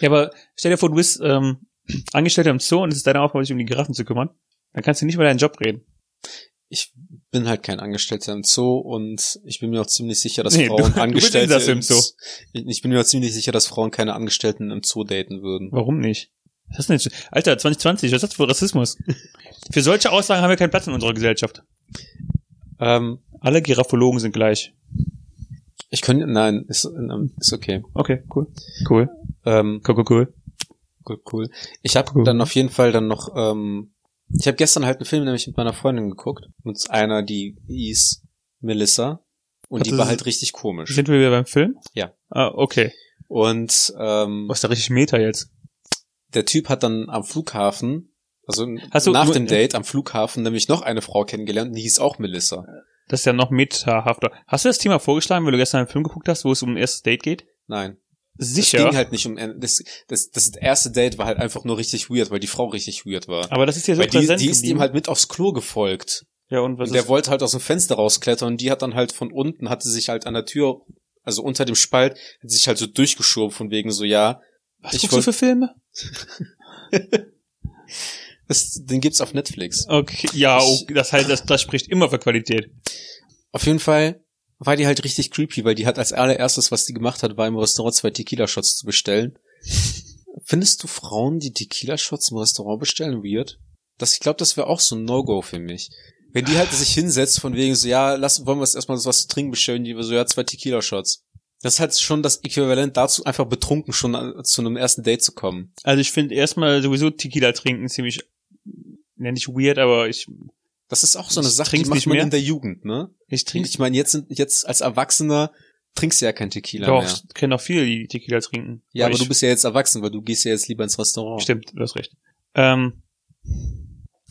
Speaker 1: ja, aber stell dir vor, du bist ähm, Angestellter im Zoo und es ist deine Aufgabe, dich um die Giraffen zu kümmern. Dann kannst du nicht über deinen Job reden.
Speaker 2: Ich bin halt kein Angestellter im Zoo und ich bin mir auch ziemlich sicher, dass
Speaker 1: Nee, du- du
Speaker 2: Frauen
Speaker 1: bist
Speaker 2: Angestellte
Speaker 1: Insasse im Zoo.
Speaker 2: Ich ich bin mir auch ziemlich sicher, dass Frauen keine Angestellten im Zoo daten würden.
Speaker 1: Warum nicht? Was ist denn jetzt? Alter, 2020, was ist das für Rassismus? für solche Aussagen haben wir keinen Platz in unserer Gesellschaft.
Speaker 2: Ähm,
Speaker 1: Alle Giraffologen sind gleich.
Speaker 2: ich könnte, nein, ist, ähm, ist okay.
Speaker 1: Okay, cool. Cool.
Speaker 2: Ähm,
Speaker 1: Cool, cool, cool.
Speaker 2: Cool, cool. Ich habe
Speaker 1: Cool.
Speaker 2: dann auf jeden Fall dann noch, ähm, ich habe gestern halt einen Film nämlich mit meiner Freundin geguckt, mit einer, die hieß Melissa. Und
Speaker 1: Also
Speaker 2: die war
Speaker 1: sie-
Speaker 2: halt richtig komisch.
Speaker 1: Sind wir wieder beim Film?
Speaker 2: Ja.
Speaker 1: Ah, okay.
Speaker 2: Und ähm,
Speaker 1: Was ist da richtig Meta jetzt?
Speaker 2: der Typ hat dann am Flughafen, also
Speaker 1: Hast du- äh
Speaker 2: nach
Speaker 1: nur-
Speaker 2: dem Date am Flughafen, nämlich noch eine Frau kennengelernt, und die hieß auch Melissa.
Speaker 1: Das ist ja noch metahafter. Hast du das Thema vorgeschlagen, weil du gestern einen Film geguckt hast, wo es um ein erstes Date geht?
Speaker 2: Nein.
Speaker 1: Sicher.
Speaker 2: Es ging halt nicht um das, das, das erste Date war halt einfach nur richtig weird, weil die Frau richtig weird war.
Speaker 1: aber das ist ja so
Speaker 2: Weil die,
Speaker 1: Also präsent
Speaker 2: die ist
Speaker 1: geblieben.
Speaker 2: ihm halt mit aufs Klo gefolgt.
Speaker 1: ja, und was
Speaker 2: und der
Speaker 1: ist,
Speaker 2: wollte halt aus dem Fenster rausklettern und die hat dann halt von unten, hatte sich halt an der Tür also unter dem Spalt, hat sie sich halt so durchgeschoben von wegen so, ja,
Speaker 1: Was
Speaker 2: Ich
Speaker 1: guckst du
Speaker 2: wollt-
Speaker 1: für Filme?
Speaker 2: das, den gibt's auf Netflix.
Speaker 1: Okay, ja,
Speaker 2: Ich-
Speaker 1: okay, das heißt, das, das spricht immer für Qualität.
Speaker 2: Auf jeden Fall war die halt richtig creepy, weil die hat als allererstes, was die gemacht hat, war im Restaurant zwei Tequila-Shots zu bestellen. Findest du Frauen, die Tequila-Shots im Restaurant bestellen, weird? Das, ich glaube, das wäre auch so ein No-Go für mich. Wenn die halt sich hinsetzt von wegen so, ja, lass, wollen wir uns erstmal so was zu trinken bestellen, die so, ja, zwei Tequila-Shots. Das ist halt schon das Äquivalent dazu, einfach betrunken schon an- zu einem ersten Date zu kommen.
Speaker 1: Also ich finde erstmal sowieso Tequila trinken ziemlich, nenne ich weird, aber ich,
Speaker 2: Das ist auch so eine
Speaker 1: Das
Speaker 2: Sache, die
Speaker 1: trinkst
Speaker 2: macht
Speaker 1: nicht
Speaker 2: man
Speaker 1: mehr?
Speaker 2: in der Jugend, ne?
Speaker 1: ich trinke
Speaker 2: Ich meine, jetzt, sind- jetzt als Erwachsener trinkst du ja kein Tequila
Speaker 1: doch,
Speaker 2: mehr.
Speaker 1: ich kenne auch viele, die Tequila trinken.
Speaker 2: Ja,
Speaker 1: Weil
Speaker 2: aber
Speaker 1: ich, Oh.
Speaker 2: du bist ja jetzt erwachsen, weil du gehst ja jetzt lieber ins Restaurant.
Speaker 1: Stimmt, du hast recht. Ähm,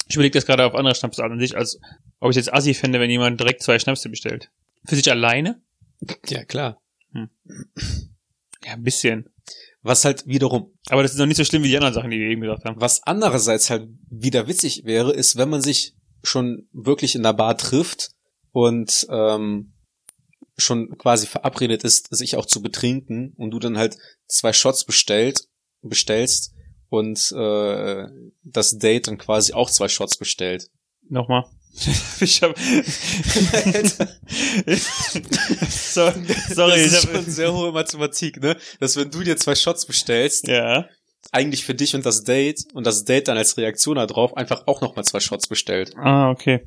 Speaker 1: ich überlege das gerade auf andere Schnapsarten an sich, als ob ich jetzt assi fände, wenn jemand direkt zwei Schnäpse bestellt. Für sich alleine?
Speaker 2: Ja, klar.
Speaker 1: Ja, ein bisschen.
Speaker 2: Was halt wiederum,
Speaker 1: Aber das ist noch nicht so schlimm wie die anderen Sachen, die wir eben gesagt haben.
Speaker 2: was andererseits halt wieder witzig wäre, ist, wenn man sich schon wirklich in der Bar trifft und ähm, schon quasi verabredet ist, sich auch zu betrinken und du dann halt zwei Shots bestellt, bestellst und äh, das Date dann quasi auch zwei Shots bestellt.
Speaker 1: Nochmal. Ich hab, so, sorry,
Speaker 2: das
Speaker 1: ich
Speaker 2: ist
Speaker 1: hab,
Speaker 2: schon sehr hohe Mathematik, ne? Dass wenn du dir zwei Shots bestellst,
Speaker 1: ja.
Speaker 2: eigentlich für dich und das Date und das Date dann als Reaktion darauf einfach auch nochmal zwei Shots bestellt.
Speaker 1: Ah, okay.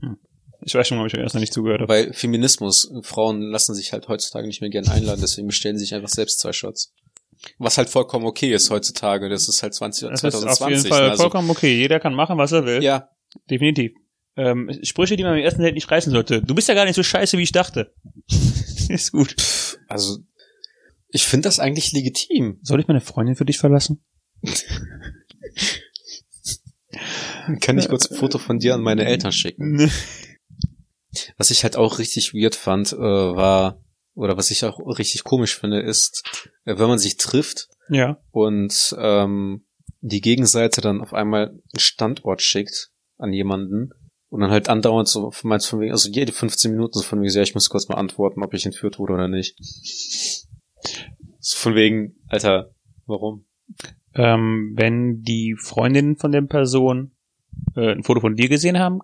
Speaker 1: Hm. Ich weiß schon, warum ich euch erst noch nicht zugehört habe.
Speaker 2: Weil Feminismus, Frauen lassen sich halt heutzutage nicht mehr gern einladen, deswegen bestellen sie sich einfach selbst zwei Shots. Was halt vollkommen okay ist heutzutage, das ist halt 20,
Speaker 1: Das ist
Speaker 2: 2020.
Speaker 1: auf jeden Fall
Speaker 2: ne? also,
Speaker 1: vollkommen okay. Jeder kann machen, was er will.
Speaker 2: ja,
Speaker 1: Definitiv. Ähm, Sprüche, die man im ersten Date nicht reißen sollte. Du bist ja gar nicht so scheiße, wie ich dachte. ist gut.
Speaker 2: also ich finde das eigentlich legitim.
Speaker 1: Soll ich meine Freundin für dich verlassen?
Speaker 2: Kann ich kurz ein Foto von dir an meine Eltern schicken? Was ich halt auch richtig weird fand, äh, war, oder was ich auch richtig komisch finde, ist, äh, wenn man sich trifft
Speaker 1: ja.
Speaker 2: und ähm, die Gegenseite dann auf einmal einen Standort schickt an jemanden und dann halt andauernd so von meins von wegen, also jede 15 Minuten so von wegen, so, ja, ich muss kurz mal antworten, ob ich entführt wurde oder nicht. So von wegen, Alter, warum?
Speaker 1: Ähm, wenn die Freundinnen von der Person äh, ein Foto von dir gesehen haben,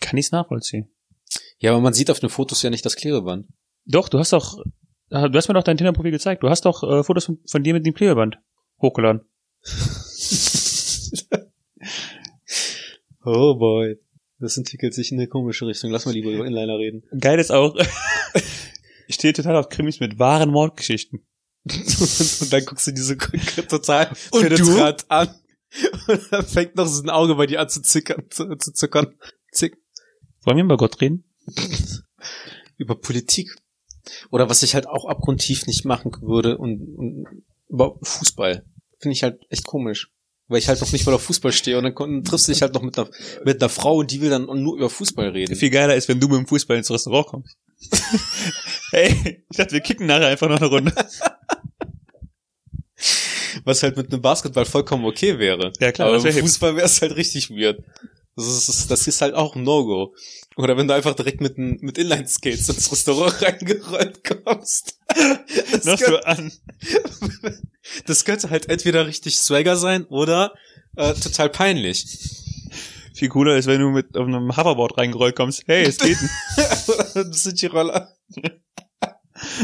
Speaker 1: kann ich es nachvollziehen.
Speaker 2: Ja, aber man sieht auf den Fotos ja nicht das Klebeband.
Speaker 1: Doch, du hast doch, äh, du hast mir doch dein Tinder-Profil gezeigt. Du hast doch äh, Fotos von, von dir mit dem Klebeband hochgeladen.
Speaker 2: oh boy. Das entwickelt sich in eine komische Richtung. Lass mal lieber über Inliner reden.
Speaker 1: Geil ist auch, ich stehe total auf Krimis mit wahren Mordgeschichten.
Speaker 2: Und dann guckst du diese total
Speaker 1: Und du?
Speaker 2: penetrant an. Und dann fängt noch so ein Auge bei dir an zu zickern, zu, zu zuckern. Zick.
Speaker 1: Wollen wir über Gott reden?
Speaker 2: Über Politik. Oder was ich halt auch abgrundtief nicht machen würde und, und über Fußball. Finde ich halt echt komisch. Weil ich halt noch nicht mal auf Fußball stehe und dann kon- triffst du dich halt noch mit einer, mit einer Frau und die will dann nur über Fußball reden.
Speaker 1: Viel geiler ist, wenn du mit dem Fußball ins Restaurant kommst. hey, ich dachte, wir kicken nachher einfach noch eine Runde.
Speaker 2: Was halt mit einem Basketball vollkommen okay wäre.
Speaker 1: Ja, klar,
Speaker 2: Aber
Speaker 1: das wär
Speaker 2: im
Speaker 1: hip.
Speaker 2: Fußball wäre es halt richtig weird. Das ist, das ist- das ist halt auch ein No-Go. Oder wenn du einfach direkt mit, n- mit Inline-Skates ins Restaurant reingerollt kommst. Das,
Speaker 1: Noch
Speaker 2: könnte,
Speaker 1: so an.
Speaker 2: das könnte halt entweder richtig Swagger sein oder äh, total peinlich.
Speaker 1: Viel cooler ist, wenn du mit auf einem Hoverboard reingerollt kommst. Hey, es geht.
Speaker 2: das sind die Roller.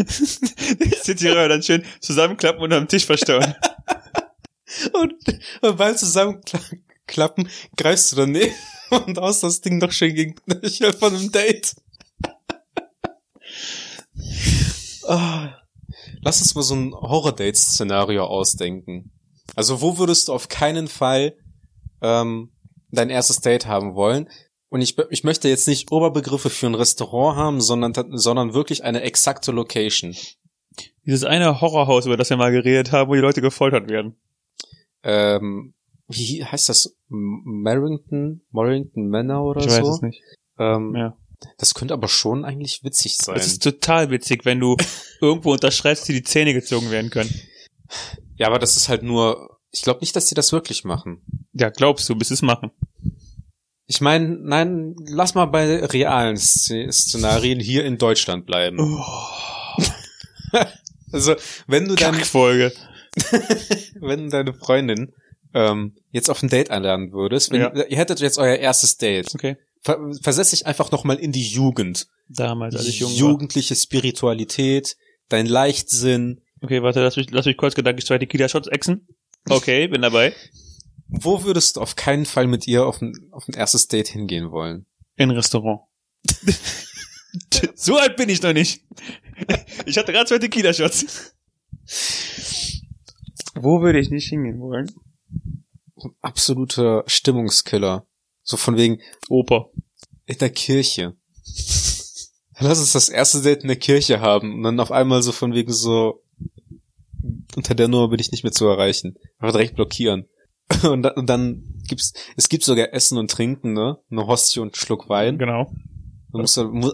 Speaker 1: Sitzt die Röhre dann schön zusammenklappen und am Tisch verstauen.
Speaker 2: Und, und beim Zusammenklappen greifst du daneben und aus das Ding noch schön gegen den Knöchel von einem Date. Ah. Lass uns mal so ein Horror-Date-Szenario ausdenken. Also wo würdest du auf keinen Fall ähm, dein erstes Date haben wollen? Und ich, ich möchte jetzt nicht Oberbegriffe für ein Restaurant haben, sondern, sondern wirklich eine exakte Location.
Speaker 1: Dieses eine Horrorhaus, über das wir mal geredet haben, wo die Leute gefoltert werden.
Speaker 2: ähm, wie heißt das? M- Marrington? Marrington Manor oder
Speaker 1: Ich
Speaker 2: so?
Speaker 1: weiß es nicht.
Speaker 2: Ähm,
Speaker 1: Ja.
Speaker 2: Das könnte aber schon eigentlich witzig sein.
Speaker 1: Es ist total witzig, wenn du irgendwo unterschreibst, die die Zähne gezogen werden können.
Speaker 2: ja, aber das ist halt nur. Ich glaube nicht, dass die das wirklich machen.
Speaker 1: Ja, glaubst du, bis es machen.
Speaker 2: Ich meine, nein, lass
Speaker 1: Oh,
Speaker 2: mal bei realen Sz Szenarien hier in Deutschland bleiben. Also, wenn du dann,
Speaker 1: Kackfolge.
Speaker 2: wenn du deine Freundin ähm, jetzt auf ein Date einladen würdest, wenn
Speaker 1: Ja.
Speaker 2: ihr hättet jetzt euer erstes Date,
Speaker 1: Okay.
Speaker 2: ver versetz dich einfach nochmal in die Jugend.
Speaker 1: Damals, als ich jung war.
Speaker 2: Jugendliche Spiritualität, dein Leichtsinn.
Speaker 1: Okay, warte, lass mich, lass mich kurz gedanklich zwei Tequila-Shots exen. Okay, bin dabei.
Speaker 2: Wo würdest du auf keinen Fall mit ihr auf ein, auf ein erstes Date hingehen wollen?
Speaker 1: In ein Restaurant. so alt bin ich noch nicht. Ich hatte gerade zwei Tequila-Shots. Wo würde ich nicht hingehen wollen?
Speaker 2: Absoluter Stimmungskiller. So von wegen
Speaker 1: Oper.
Speaker 2: in der Kirche. Lass uns das erste Date in der Kirche haben und dann auf einmal so von wegen so unter der Nummer bin ich nicht mehr zu erreichen. Einfach direkt blockieren. Und dann, und dann gibt's es gibt sogar Essen und Trinken, ne? Eine Hostie und einen Schluck Wein.
Speaker 1: Genau.
Speaker 2: Man muss, muss,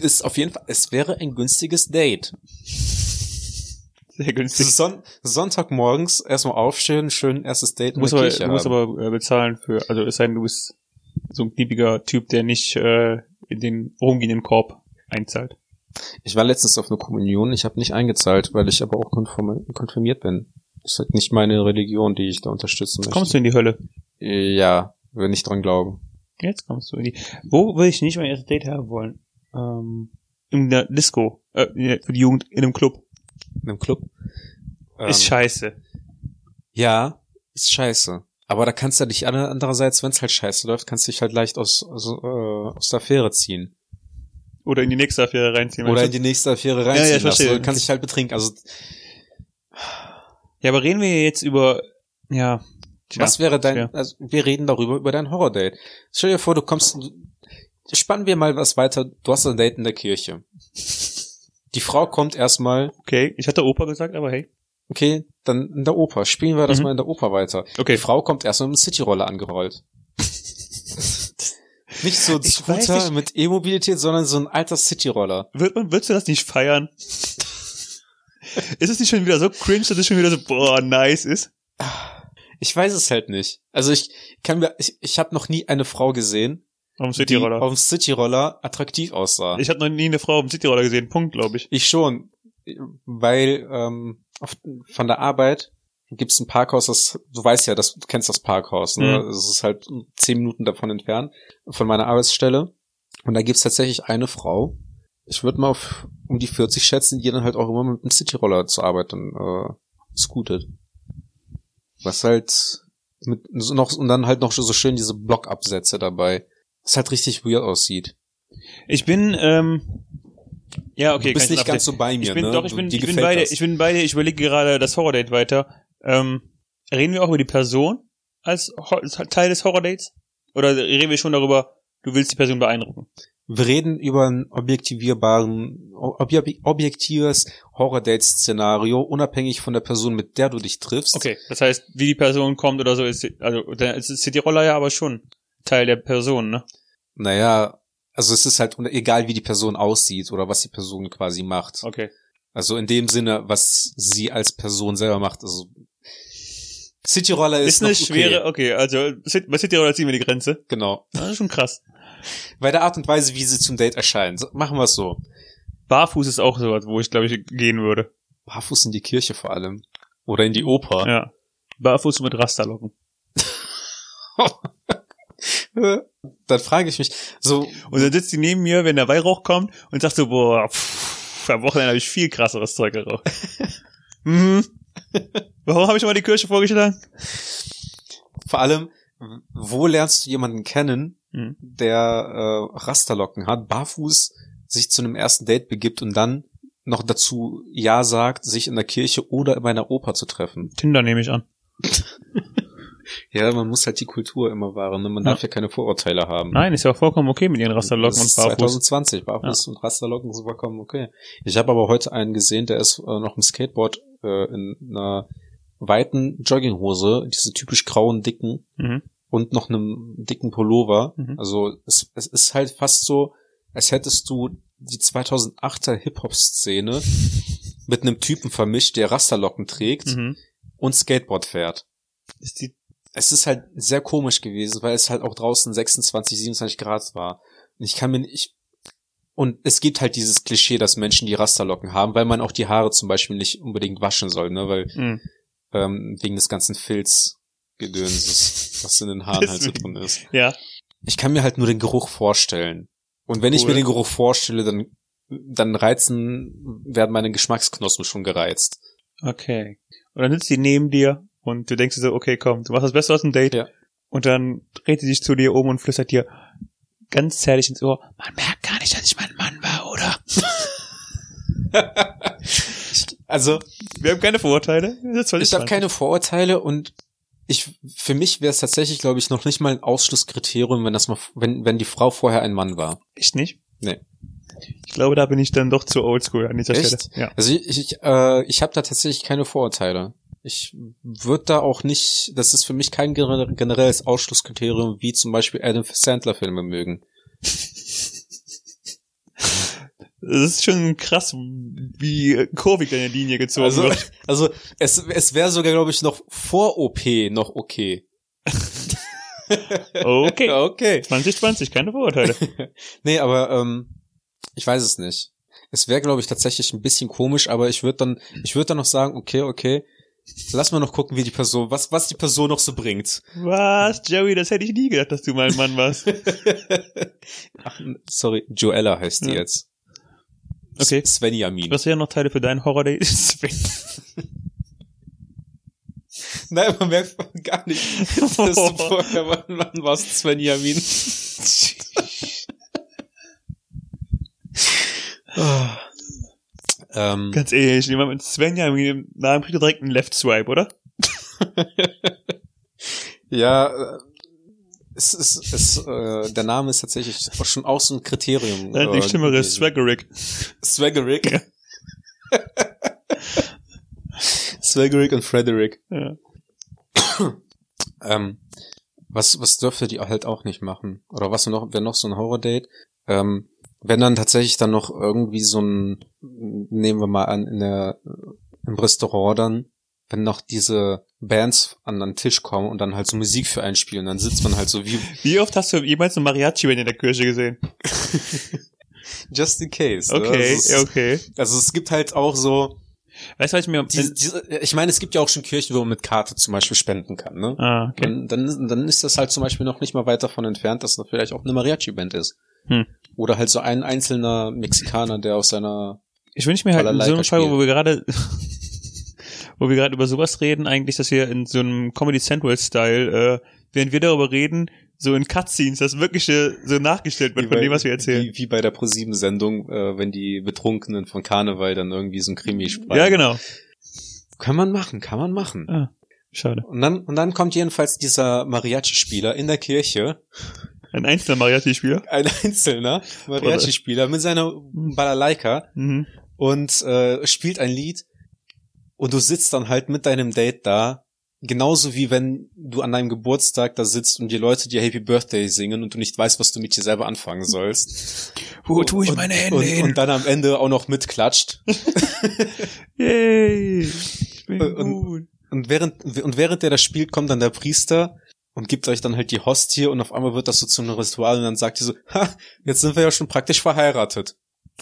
Speaker 2: ist auf jeden Fall, es wäre ein günstiges Date.
Speaker 1: Sehr günstig.
Speaker 2: Son Sonntagmorgens erstmal aufstehen, schön erstes
Speaker 1: Du
Speaker 2: Date in
Speaker 1: musst
Speaker 2: der
Speaker 1: aber,
Speaker 2: Kirche
Speaker 1: du musst
Speaker 2: haben.
Speaker 1: aber äh, bezahlen für, also es sei denn, du bist so ein kniebiger Typ, der nicht äh, in den rumgehenden Korb einzahlt.
Speaker 2: Ich war letztens auf einer Kommunion, ich habe nicht eingezahlt, weil ich aber auch konform konfirmiert bin. Das ist halt nicht meine Religion, die ich da unterstützen möchte. Äh,
Speaker 1: Kommst du in die Hölle?
Speaker 2: Ja, wenn ich dran glaube.
Speaker 1: Jetzt kommst du in die. Wo würde ich nicht mein erstes Date haben wollen? Ähm, in der Disco. Äh, in der- für die Jugend in einem Club.
Speaker 2: In einem Club. Ähm,
Speaker 1: Ist scheiße.
Speaker 2: ja, ist scheiße. Aber da kannst du dich an- andererseits, wenn es halt scheiße läuft, kannst du dich halt leicht aus, aus, äh, aus der Affäre ziehen.
Speaker 1: Oder in die nächste Affäre reinziehen.
Speaker 2: Oder
Speaker 1: weißt
Speaker 2: in
Speaker 1: du?
Speaker 2: die nächste Affäre
Speaker 1: ja, ich
Speaker 2: reinziehen ja, ja, ich
Speaker 1: verstehe.
Speaker 2: verstehe. lassen. Du kannst dich halt betrinken. Also
Speaker 1: ja, aber reden wir jetzt über. Ja. Tja.
Speaker 2: Was wäre dein,
Speaker 1: ja.
Speaker 2: also wir reden darüber, über dein Horror-Date. Stell dir vor, du kommst, spannen wir mal was weiter, du hast ein Date in der Kirche. Die Frau kommt erstmal,
Speaker 1: Okay, ich hatte Opa gesagt, aber hey.
Speaker 2: okay, dann in der Oper, spielen wir das
Speaker 1: Mhm.
Speaker 2: mal in der Oper weiter. Die
Speaker 1: Okay.
Speaker 2: Frau kommt erstmal mit Cityroller angerollt. nicht so ein
Speaker 1: Ich weiß
Speaker 2: Scooter
Speaker 1: nicht.
Speaker 2: mit E-Mobilität, sondern so ein alter Cityroller.
Speaker 1: Wird man, würdest du das nicht feiern? ist es nicht schon wieder so cringe, dass es schon wieder so, boah, nice ist?
Speaker 2: Ich weiß es halt nicht. Also ich kann mir, ich, ich habe noch nie eine Frau gesehen,
Speaker 1: Warum
Speaker 2: die
Speaker 1: Cityroller?
Speaker 2: auf dem Cityroller attraktiv aussah.
Speaker 1: Ich habe noch nie eine Frau auf dem Cityroller gesehen. Punkt, glaube ich.
Speaker 2: Ich schon, weil ähm, auf, von der Arbeit gibt's ein Parkhaus, das du weißt ja, das, du kennst das Parkhaus, ne?
Speaker 1: Mhm.
Speaker 2: Es ist halt zehn Minuten davon entfernt von meiner Arbeitsstelle und da gibt's tatsächlich eine Frau. Ich würde mal auf um die 40 schätzen, die dann halt auch immer mit einem Cityroller zur Arbeit dann äh, scootet. Was halt mit so noch und dann halt noch so schön diese Blockabsätze dabei. Das halt richtig weird aussieht.
Speaker 1: Ich bin, ähm, ja, okay.
Speaker 2: du bist
Speaker 1: kann ich
Speaker 2: nicht
Speaker 1: ein
Speaker 2: ganz so bei mir,
Speaker 1: Ich bin,
Speaker 2: ne?
Speaker 1: doch, ich bin,
Speaker 2: Dir
Speaker 1: ich bin
Speaker 2: gefällt
Speaker 1: beide,
Speaker 2: das.
Speaker 1: ich bin beide, ich überlege gerade das Horror-Date weiter. Ähm, reden wir auch über die Person als Ho- als Teil des Horror-Dates? Oder reden wir schon darüber, du willst die Person beeindrucken?
Speaker 2: Wir reden über ein objektivierbaren, obje- objektives Horror-Date-Szenario, unabhängig von der Person, mit der du dich triffst.
Speaker 1: Okay. Das heißt, wie die Person kommt oder so, ist, also, dann ist Cityroller ja aber schon Teil der Person, ne?
Speaker 2: Naja, also es ist halt un- egal, wie die Person aussieht oder was die Person quasi macht.
Speaker 1: Okay.
Speaker 2: Also in dem Sinne, was sie als Person selber macht. Also Cityroller
Speaker 1: Ist,
Speaker 2: ist,
Speaker 1: eine
Speaker 2: noch okay.
Speaker 1: schwere, okay, also, Cit- bei Cityroller ziehen wir die Grenze.
Speaker 2: Genau.
Speaker 1: Das ist schon krass.
Speaker 2: Bei der Art und Weise, wie sie zum Date erscheinen. So, machen wir es so.
Speaker 1: Barfuß ist auch sowas, wo ich, glaube ich, gehen würde.
Speaker 2: Barfuß in die Kirche vor allem. Oder in die Oper.
Speaker 1: Ja. Barfuß mit Rasterlocken.
Speaker 2: Äh, Dann frage ich mich, so,
Speaker 1: Und dann sitzt sie neben mir, wenn der Weihrauch kommt und sagt so, boah, pff, am Wochenende habe ich viel krasseres Zeug geraucht. mhm. Warum habe ich immer die Kirche vorgeschlagen?
Speaker 2: Vor allem, w- wo lernst du jemanden kennen,
Speaker 1: Mhm.
Speaker 2: der äh, Rasterlocken hat, barfuß sich zu einem ersten Date begibt und dann noch dazu Ja sagt, sich in der Kirche oder in einer Oper zu treffen.
Speaker 1: Tinder nehme ich an.
Speaker 2: Ja, man muss halt die Kultur immer wahren. Ne? Man
Speaker 1: Ja.
Speaker 2: darf ja keine Vorurteile haben.
Speaker 1: Nein, ist ja auch vollkommen okay mit ihren Rasterlocken
Speaker 2: Das
Speaker 1: und
Speaker 2: ist
Speaker 1: Barfuß.
Speaker 2: 2020, Barfuß und Rasterlocken sind vollkommen okay. Ich habe aber heute einen gesehen, der ist äh, noch im Skateboard äh, in einer weiten Jogginghose, diese typisch grauen, dicken,
Speaker 1: Mhm.
Speaker 2: und noch einem dicken Pullover.
Speaker 1: Mhm.
Speaker 2: Also es, es ist halt fast so, als hättest du die 2008er Hip-Hop-Szene mit einem Typen vermischt, der Rasterlocken trägt
Speaker 1: Mhm.
Speaker 2: und Skateboard fährt.
Speaker 1: Ist die,
Speaker 2: Es ist halt sehr komisch gewesen, weil es halt auch draußen 26, 27 Grad war. Und ich kann mir nicht, Und es gibt halt dieses Klischee, dass Menschen die Rasterlocken haben, weil man auch die Haare zum Beispiel nicht unbedingt waschen soll, ne? Weil
Speaker 1: Mhm.
Speaker 2: ähm, wegen des ganzen Filzgedönses, was in den Haaren halt so drin ist.
Speaker 1: Ja.
Speaker 2: ich kann mir halt nur den Geruch vorstellen. Und wenn ich
Speaker 1: Cool.
Speaker 2: mir den Geruch vorstelle, dann, dann reizen, werden meine Geschmacksknospen schon gereizt.
Speaker 1: Okay. Und dann sitzt sie neben dir und du denkst dir so, okay, komm, du machst das Beste aus dem Date.
Speaker 2: Ja.
Speaker 1: Und dann dreht sie sich zu dir um und flüstert dir ganz zärtlich ins Ohr, man merkt gar nicht, dass ich mein Mann war, oder?
Speaker 2: Also,
Speaker 1: Wir haben keine Vorurteile. Das soll
Speaker 2: ich habe
Speaker 1: sein.
Speaker 2: keine Vorurteile und ich, für mich wäre es tatsächlich, glaube ich, noch nicht mal ein Ausschlusskriterium, wenn das mal, wenn, wenn die Frau vorher ein Mann war.
Speaker 1: Echt nicht?
Speaker 2: Nee.
Speaker 1: Ich glaube, da bin ich dann doch zu oldschool an dieser
Speaker 2: Echt?
Speaker 1: Stelle. Ja.
Speaker 2: Also ich, ich, äh, ich habe da tatsächlich keine Vorurteile. Ich würde da auch nicht, das ist für mich kein gener- generelles Ausschlusskriterium, wie zum Beispiel Adam Sandler Filme mögen.
Speaker 1: Es ist schon krass, wie äh, kurvig deine Linie gezogen
Speaker 2: Also,
Speaker 1: wird.
Speaker 2: also es, es wäre sogar, glaube ich, noch vor OP noch okay.
Speaker 1: Okay.
Speaker 2: Ja, okay.
Speaker 1: 2020, keine Vorurteile.
Speaker 2: Nee, aber ähm, ich weiß es nicht. Es wäre, glaube ich, tatsächlich ein bisschen komisch, aber ich würde dann, ich würde dann noch sagen, okay, okay, lass mal noch gucken, wie die Person, was, was die Person noch so bringt.
Speaker 1: Was, Joey, das hätte ich nie gedacht, dass du mein Mann warst.
Speaker 2: Ach, sorry, Joella heißt die
Speaker 1: Ja.
Speaker 2: jetzt.
Speaker 1: Okay.
Speaker 2: S- Svenjamin.
Speaker 1: Was wären noch Teile für deinen Horror-Day?
Speaker 2: Nein, man merkt gar nicht, dass du vorher Mann Mann warst, Svenjamin. Ah. ähm,
Speaker 1: Ganz ehrlich, jemand mit Svenja im Namen kriegt direkt einen Left-Swipe, oder?
Speaker 2: ja, äh, es ist, es, äh, der Name ist tatsächlich auch schon auch so ein Kriterium.
Speaker 1: Nein,
Speaker 2: äh,
Speaker 1: nichts Schlimmeres,
Speaker 2: gewesen.
Speaker 1: Swaggerick.
Speaker 2: Swaggerick.
Speaker 1: Ja.
Speaker 2: Swaggerick und Frederick.
Speaker 1: Ja.
Speaker 2: Ähm, was, was dürfte die halt auch nicht machen? Oder was noch, wenn noch so ein Horror-Date? Ähm, wenn dann tatsächlich dann noch irgendwie so ein, nehmen wir mal an, in der, im Restaurant dann, wenn noch diese Bands an den Tisch kommen und dann halt so Musik für einen spielen, dann sitzt man halt so wie
Speaker 1: Wie oft hast du jemals einen Mariachi-Band in der Kirche gesehen?
Speaker 2: just in case. ne?
Speaker 1: Okay,
Speaker 2: Also, es,
Speaker 1: okay.
Speaker 2: also es gibt halt auch so,
Speaker 1: Weißt du, was ich mir...
Speaker 2: die, diese, ich meine, es gibt ja auch schon Kirchen, wo man mit Karte zum Beispiel spenden kann, ne?
Speaker 1: ah, okay.
Speaker 2: Dann, dann, dann ist das halt zum Beispiel noch nicht mal weit davon entfernt, dass da vielleicht auch eine Mariachi-Band ist.
Speaker 1: Hm.
Speaker 2: Oder halt so ein einzelner Mexikaner, der aus seiner
Speaker 1: Ich wünsche mir halt in so einem
Speaker 2: Balalaika
Speaker 1: Fall, wo
Speaker 2: spielen.
Speaker 1: wir gerade, wo wir gerade über sowas reden, eigentlich, dass wir in so einem Comedy Central Style, äh, während wir darüber reden, so in Cutscenes das Wirkliche so nachgestellt wird von dem, was wir erzählen.
Speaker 2: Wie, wie bei der ProSieben-Sendung, äh, wenn die Betrunkenen von Karneval dann irgendwie so ein Krimi spielen.
Speaker 1: Ja, genau.
Speaker 2: Kann man machen, kann man machen.
Speaker 1: Schade.
Speaker 2: Und dann, und dann kommt jedenfalls dieser Mariachi-Spieler in der Kirche,
Speaker 1: Ein einzelner Mariachi-Spieler.
Speaker 2: ein einzelner Mariachi-Spieler mit seiner Balalaika
Speaker 1: Mhm.
Speaker 2: und äh, spielt ein Lied und du sitzt dann halt mit deinem Date da. Genauso wie wenn du an deinem Geburtstag da sitzt und die Leute dir Happy Birthday singen und du nicht weißt, was du mit dir selber anfangen sollst.
Speaker 1: Wo tue ich
Speaker 2: und,
Speaker 1: meine Hände
Speaker 2: und,
Speaker 1: hin?
Speaker 2: Und dann am Ende auch noch mitklatscht.
Speaker 1: Yay. Ich bin
Speaker 2: Und-
Speaker 1: gut.
Speaker 2: Und während, und während der das spielt, kommt dann der Priester und gibt euch dann halt die Hostie und auf einmal wird das so zu einem Ritual und dann sagt ihr so, ha, jetzt sind wir ja schon praktisch verheiratet.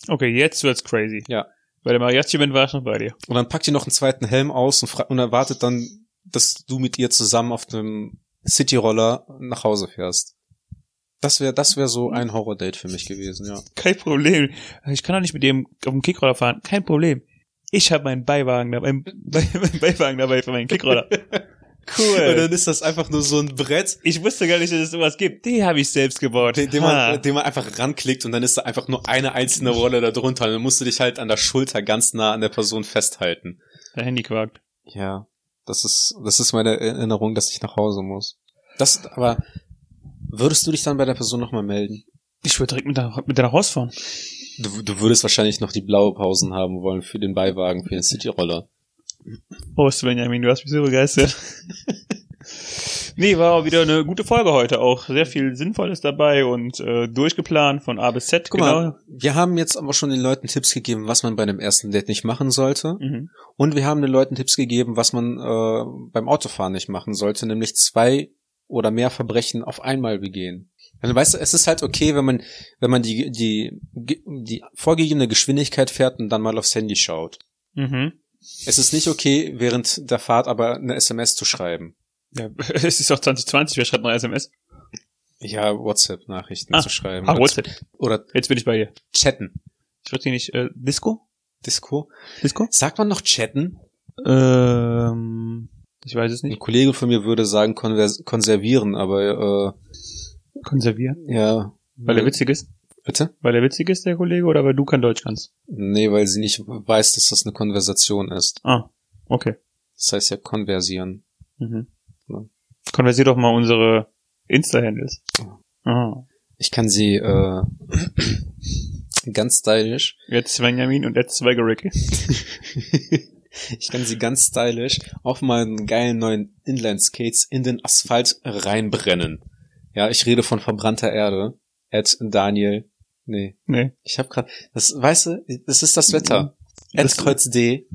Speaker 1: Okay, jetzt wird's crazy.
Speaker 2: Ja.
Speaker 1: Bei der Mariachi-Band war ich noch bei dir.
Speaker 2: Und dann packt ihr noch einen zweiten Helm aus und, fra- und erwartet dann, dass du mit ihr zusammen auf einem Cityroller nach Hause fährst. Das wäre das wär so ein Horror-Date für mich gewesen, ja.
Speaker 1: Kein Problem. Ich kann doch nicht mit dem auf dem Kickroller fahren. Kein Problem. Ich habe meinen Beiwagen dabei, meinen Be- meinen Beiwagen dabei für meinen Kickroller. Cool.
Speaker 2: Und dann ist das einfach nur so ein Brett,
Speaker 1: Ich wusste gar nicht, dass es sowas gibt. Die habe ich selbst gebaut.
Speaker 2: den, den,
Speaker 1: Ha.
Speaker 2: man, den man einfach ranklickt und dann ist da einfach nur eine einzelne Rolle da drunter. Und dann musst du dich halt an der Schulter ganz nah an der Person festhalten.
Speaker 1: Dein Handy quakt.
Speaker 2: Ja, das ist, das ist meine Erinnerung, dass ich nach Hause muss. Das, aber würdest du dich dann bei der Person nochmal melden?
Speaker 1: Ich würde direkt mit der, mit der Haus fahren.
Speaker 2: Du, du würdest wahrscheinlich noch die blaue Pausen haben wollen für den Beiwagen, für den Cityroller.
Speaker 1: Oh, Svenjamin, du hast mich so begeistert. nee, war auch wieder eine gute Folge heute auch. Sehr viel Sinnvolles dabei und äh, durchgeplant von A bis Z.
Speaker 2: Guck mal, wir haben jetzt aber schon den Leuten Tipps gegeben, was man bei einem ersten Date nicht machen sollte.
Speaker 1: Mhm.
Speaker 2: Und wir haben den Leuten Tipps gegeben, was man äh, beim Autofahren nicht machen sollte, nämlich zwei oder mehr Verbrechen auf einmal begehen. Also, weißt du, es ist halt okay, wenn man, wenn man die, die, die vorgegebene Geschwindigkeit fährt und dann mal aufs Handy schaut.
Speaker 1: Mhm.
Speaker 2: Es ist nicht okay, während der Fahrt aber eine SMS zu schreiben.
Speaker 1: Ja, es ist auch 2020, wer schreibt noch SMS?
Speaker 2: Ja, WhatsApp-Nachrichten
Speaker 1: Ah.
Speaker 2: zu schreiben.
Speaker 1: Ah,
Speaker 2: Oder-
Speaker 1: WhatsApp.
Speaker 2: Oder
Speaker 1: Jetzt bin ich bei dir.
Speaker 2: chatten.
Speaker 1: Ich verstehe nicht, äh, Disco?
Speaker 2: Disco.
Speaker 1: Disco?
Speaker 2: Sagt man noch chatten?
Speaker 1: Ähm, ich weiß es
Speaker 2: Ein
Speaker 1: nicht.
Speaker 2: Kollege von mir würde sagen konvers- konservieren, aber
Speaker 1: Konservieren.
Speaker 2: äh, ja.
Speaker 1: Weil er witzig ist?
Speaker 2: Bitte?
Speaker 1: Weil er witzig ist, der Kollege, oder weil du kein Deutsch kannst?
Speaker 2: Nee, weil sie nicht weiß, dass das eine Konversation ist.
Speaker 1: Ah, okay.
Speaker 2: Das heißt ja konversieren.
Speaker 1: Mhm.
Speaker 2: Ja.
Speaker 1: Konversier doch mal unsere Insta-Handles. Ah.
Speaker 2: Ich kann sie äh, ganz stylisch.
Speaker 1: Jetzt Svenjamin und jetzt Zweigerick.
Speaker 2: ich kann sie ganz stylisch auf meinen geilen neuen Inline-Skates in den Asphalt reinbrennen. Ja, ich rede von verbrannter Erde. Ed Daniel. Nee,
Speaker 1: Nee.
Speaker 2: ich hab grad. Das, weißt du, das ist das Wetter. Ed
Speaker 1: Das-
Speaker 2: Kreuz D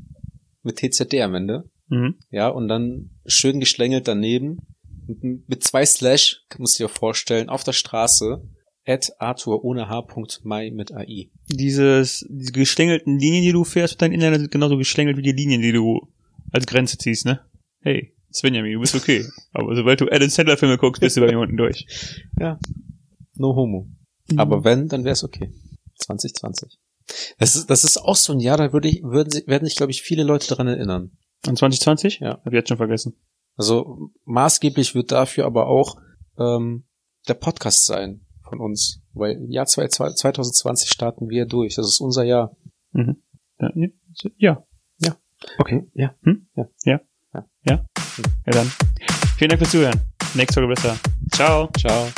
Speaker 2: mit TZD am Ende.
Speaker 1: Mhm.
Speaker 2: Ja, und dann schön geschlängelt daneben. Mit, mit zwei Slash, muss ich dir vorstellen, auf der Straße. At Arthur ohne H. Mai mit AI.
Speaker 1: Dieses, diese geschlängelten Linien, die du fährst mit deinen Inliner, sind genauso geschlängelt wie die Linien, die du als Grenze ziehst, ne? Hey, Svenjamin, du bist okay. Aber sobald du Adam Sandler-Filme guckst, bist du bei mir unten durch.
Speaker 2: No homo.
Speaker 1: Mhm.
Speaker 2: Aber wenn, dann wär's okay. 2020. Das ist, das ist auch so ein Jahr, da würde ich, würden sich, werden sich, glaube ich, viele Leute daran erinnern.
Speaker 1: An 2020?
Speaker 2: Ja.
Speaker 1: Hab ich jetzt schon vergessen.
Speaker 2: Also maßgeblich wird dafür aber auch ähm, der Podcast sein von uns. Weil im Jahr 2020 starten wir durch. Das ist unser Jahr.
Speaker 1: Mhm. Ja, ja.
Speaker 2: Okay, ja.
Speaker 1: Ja, dann. Vielen Dank fürs Zuhören. Nächste Folge besser. Ciao.
Speaker 2: Ciao.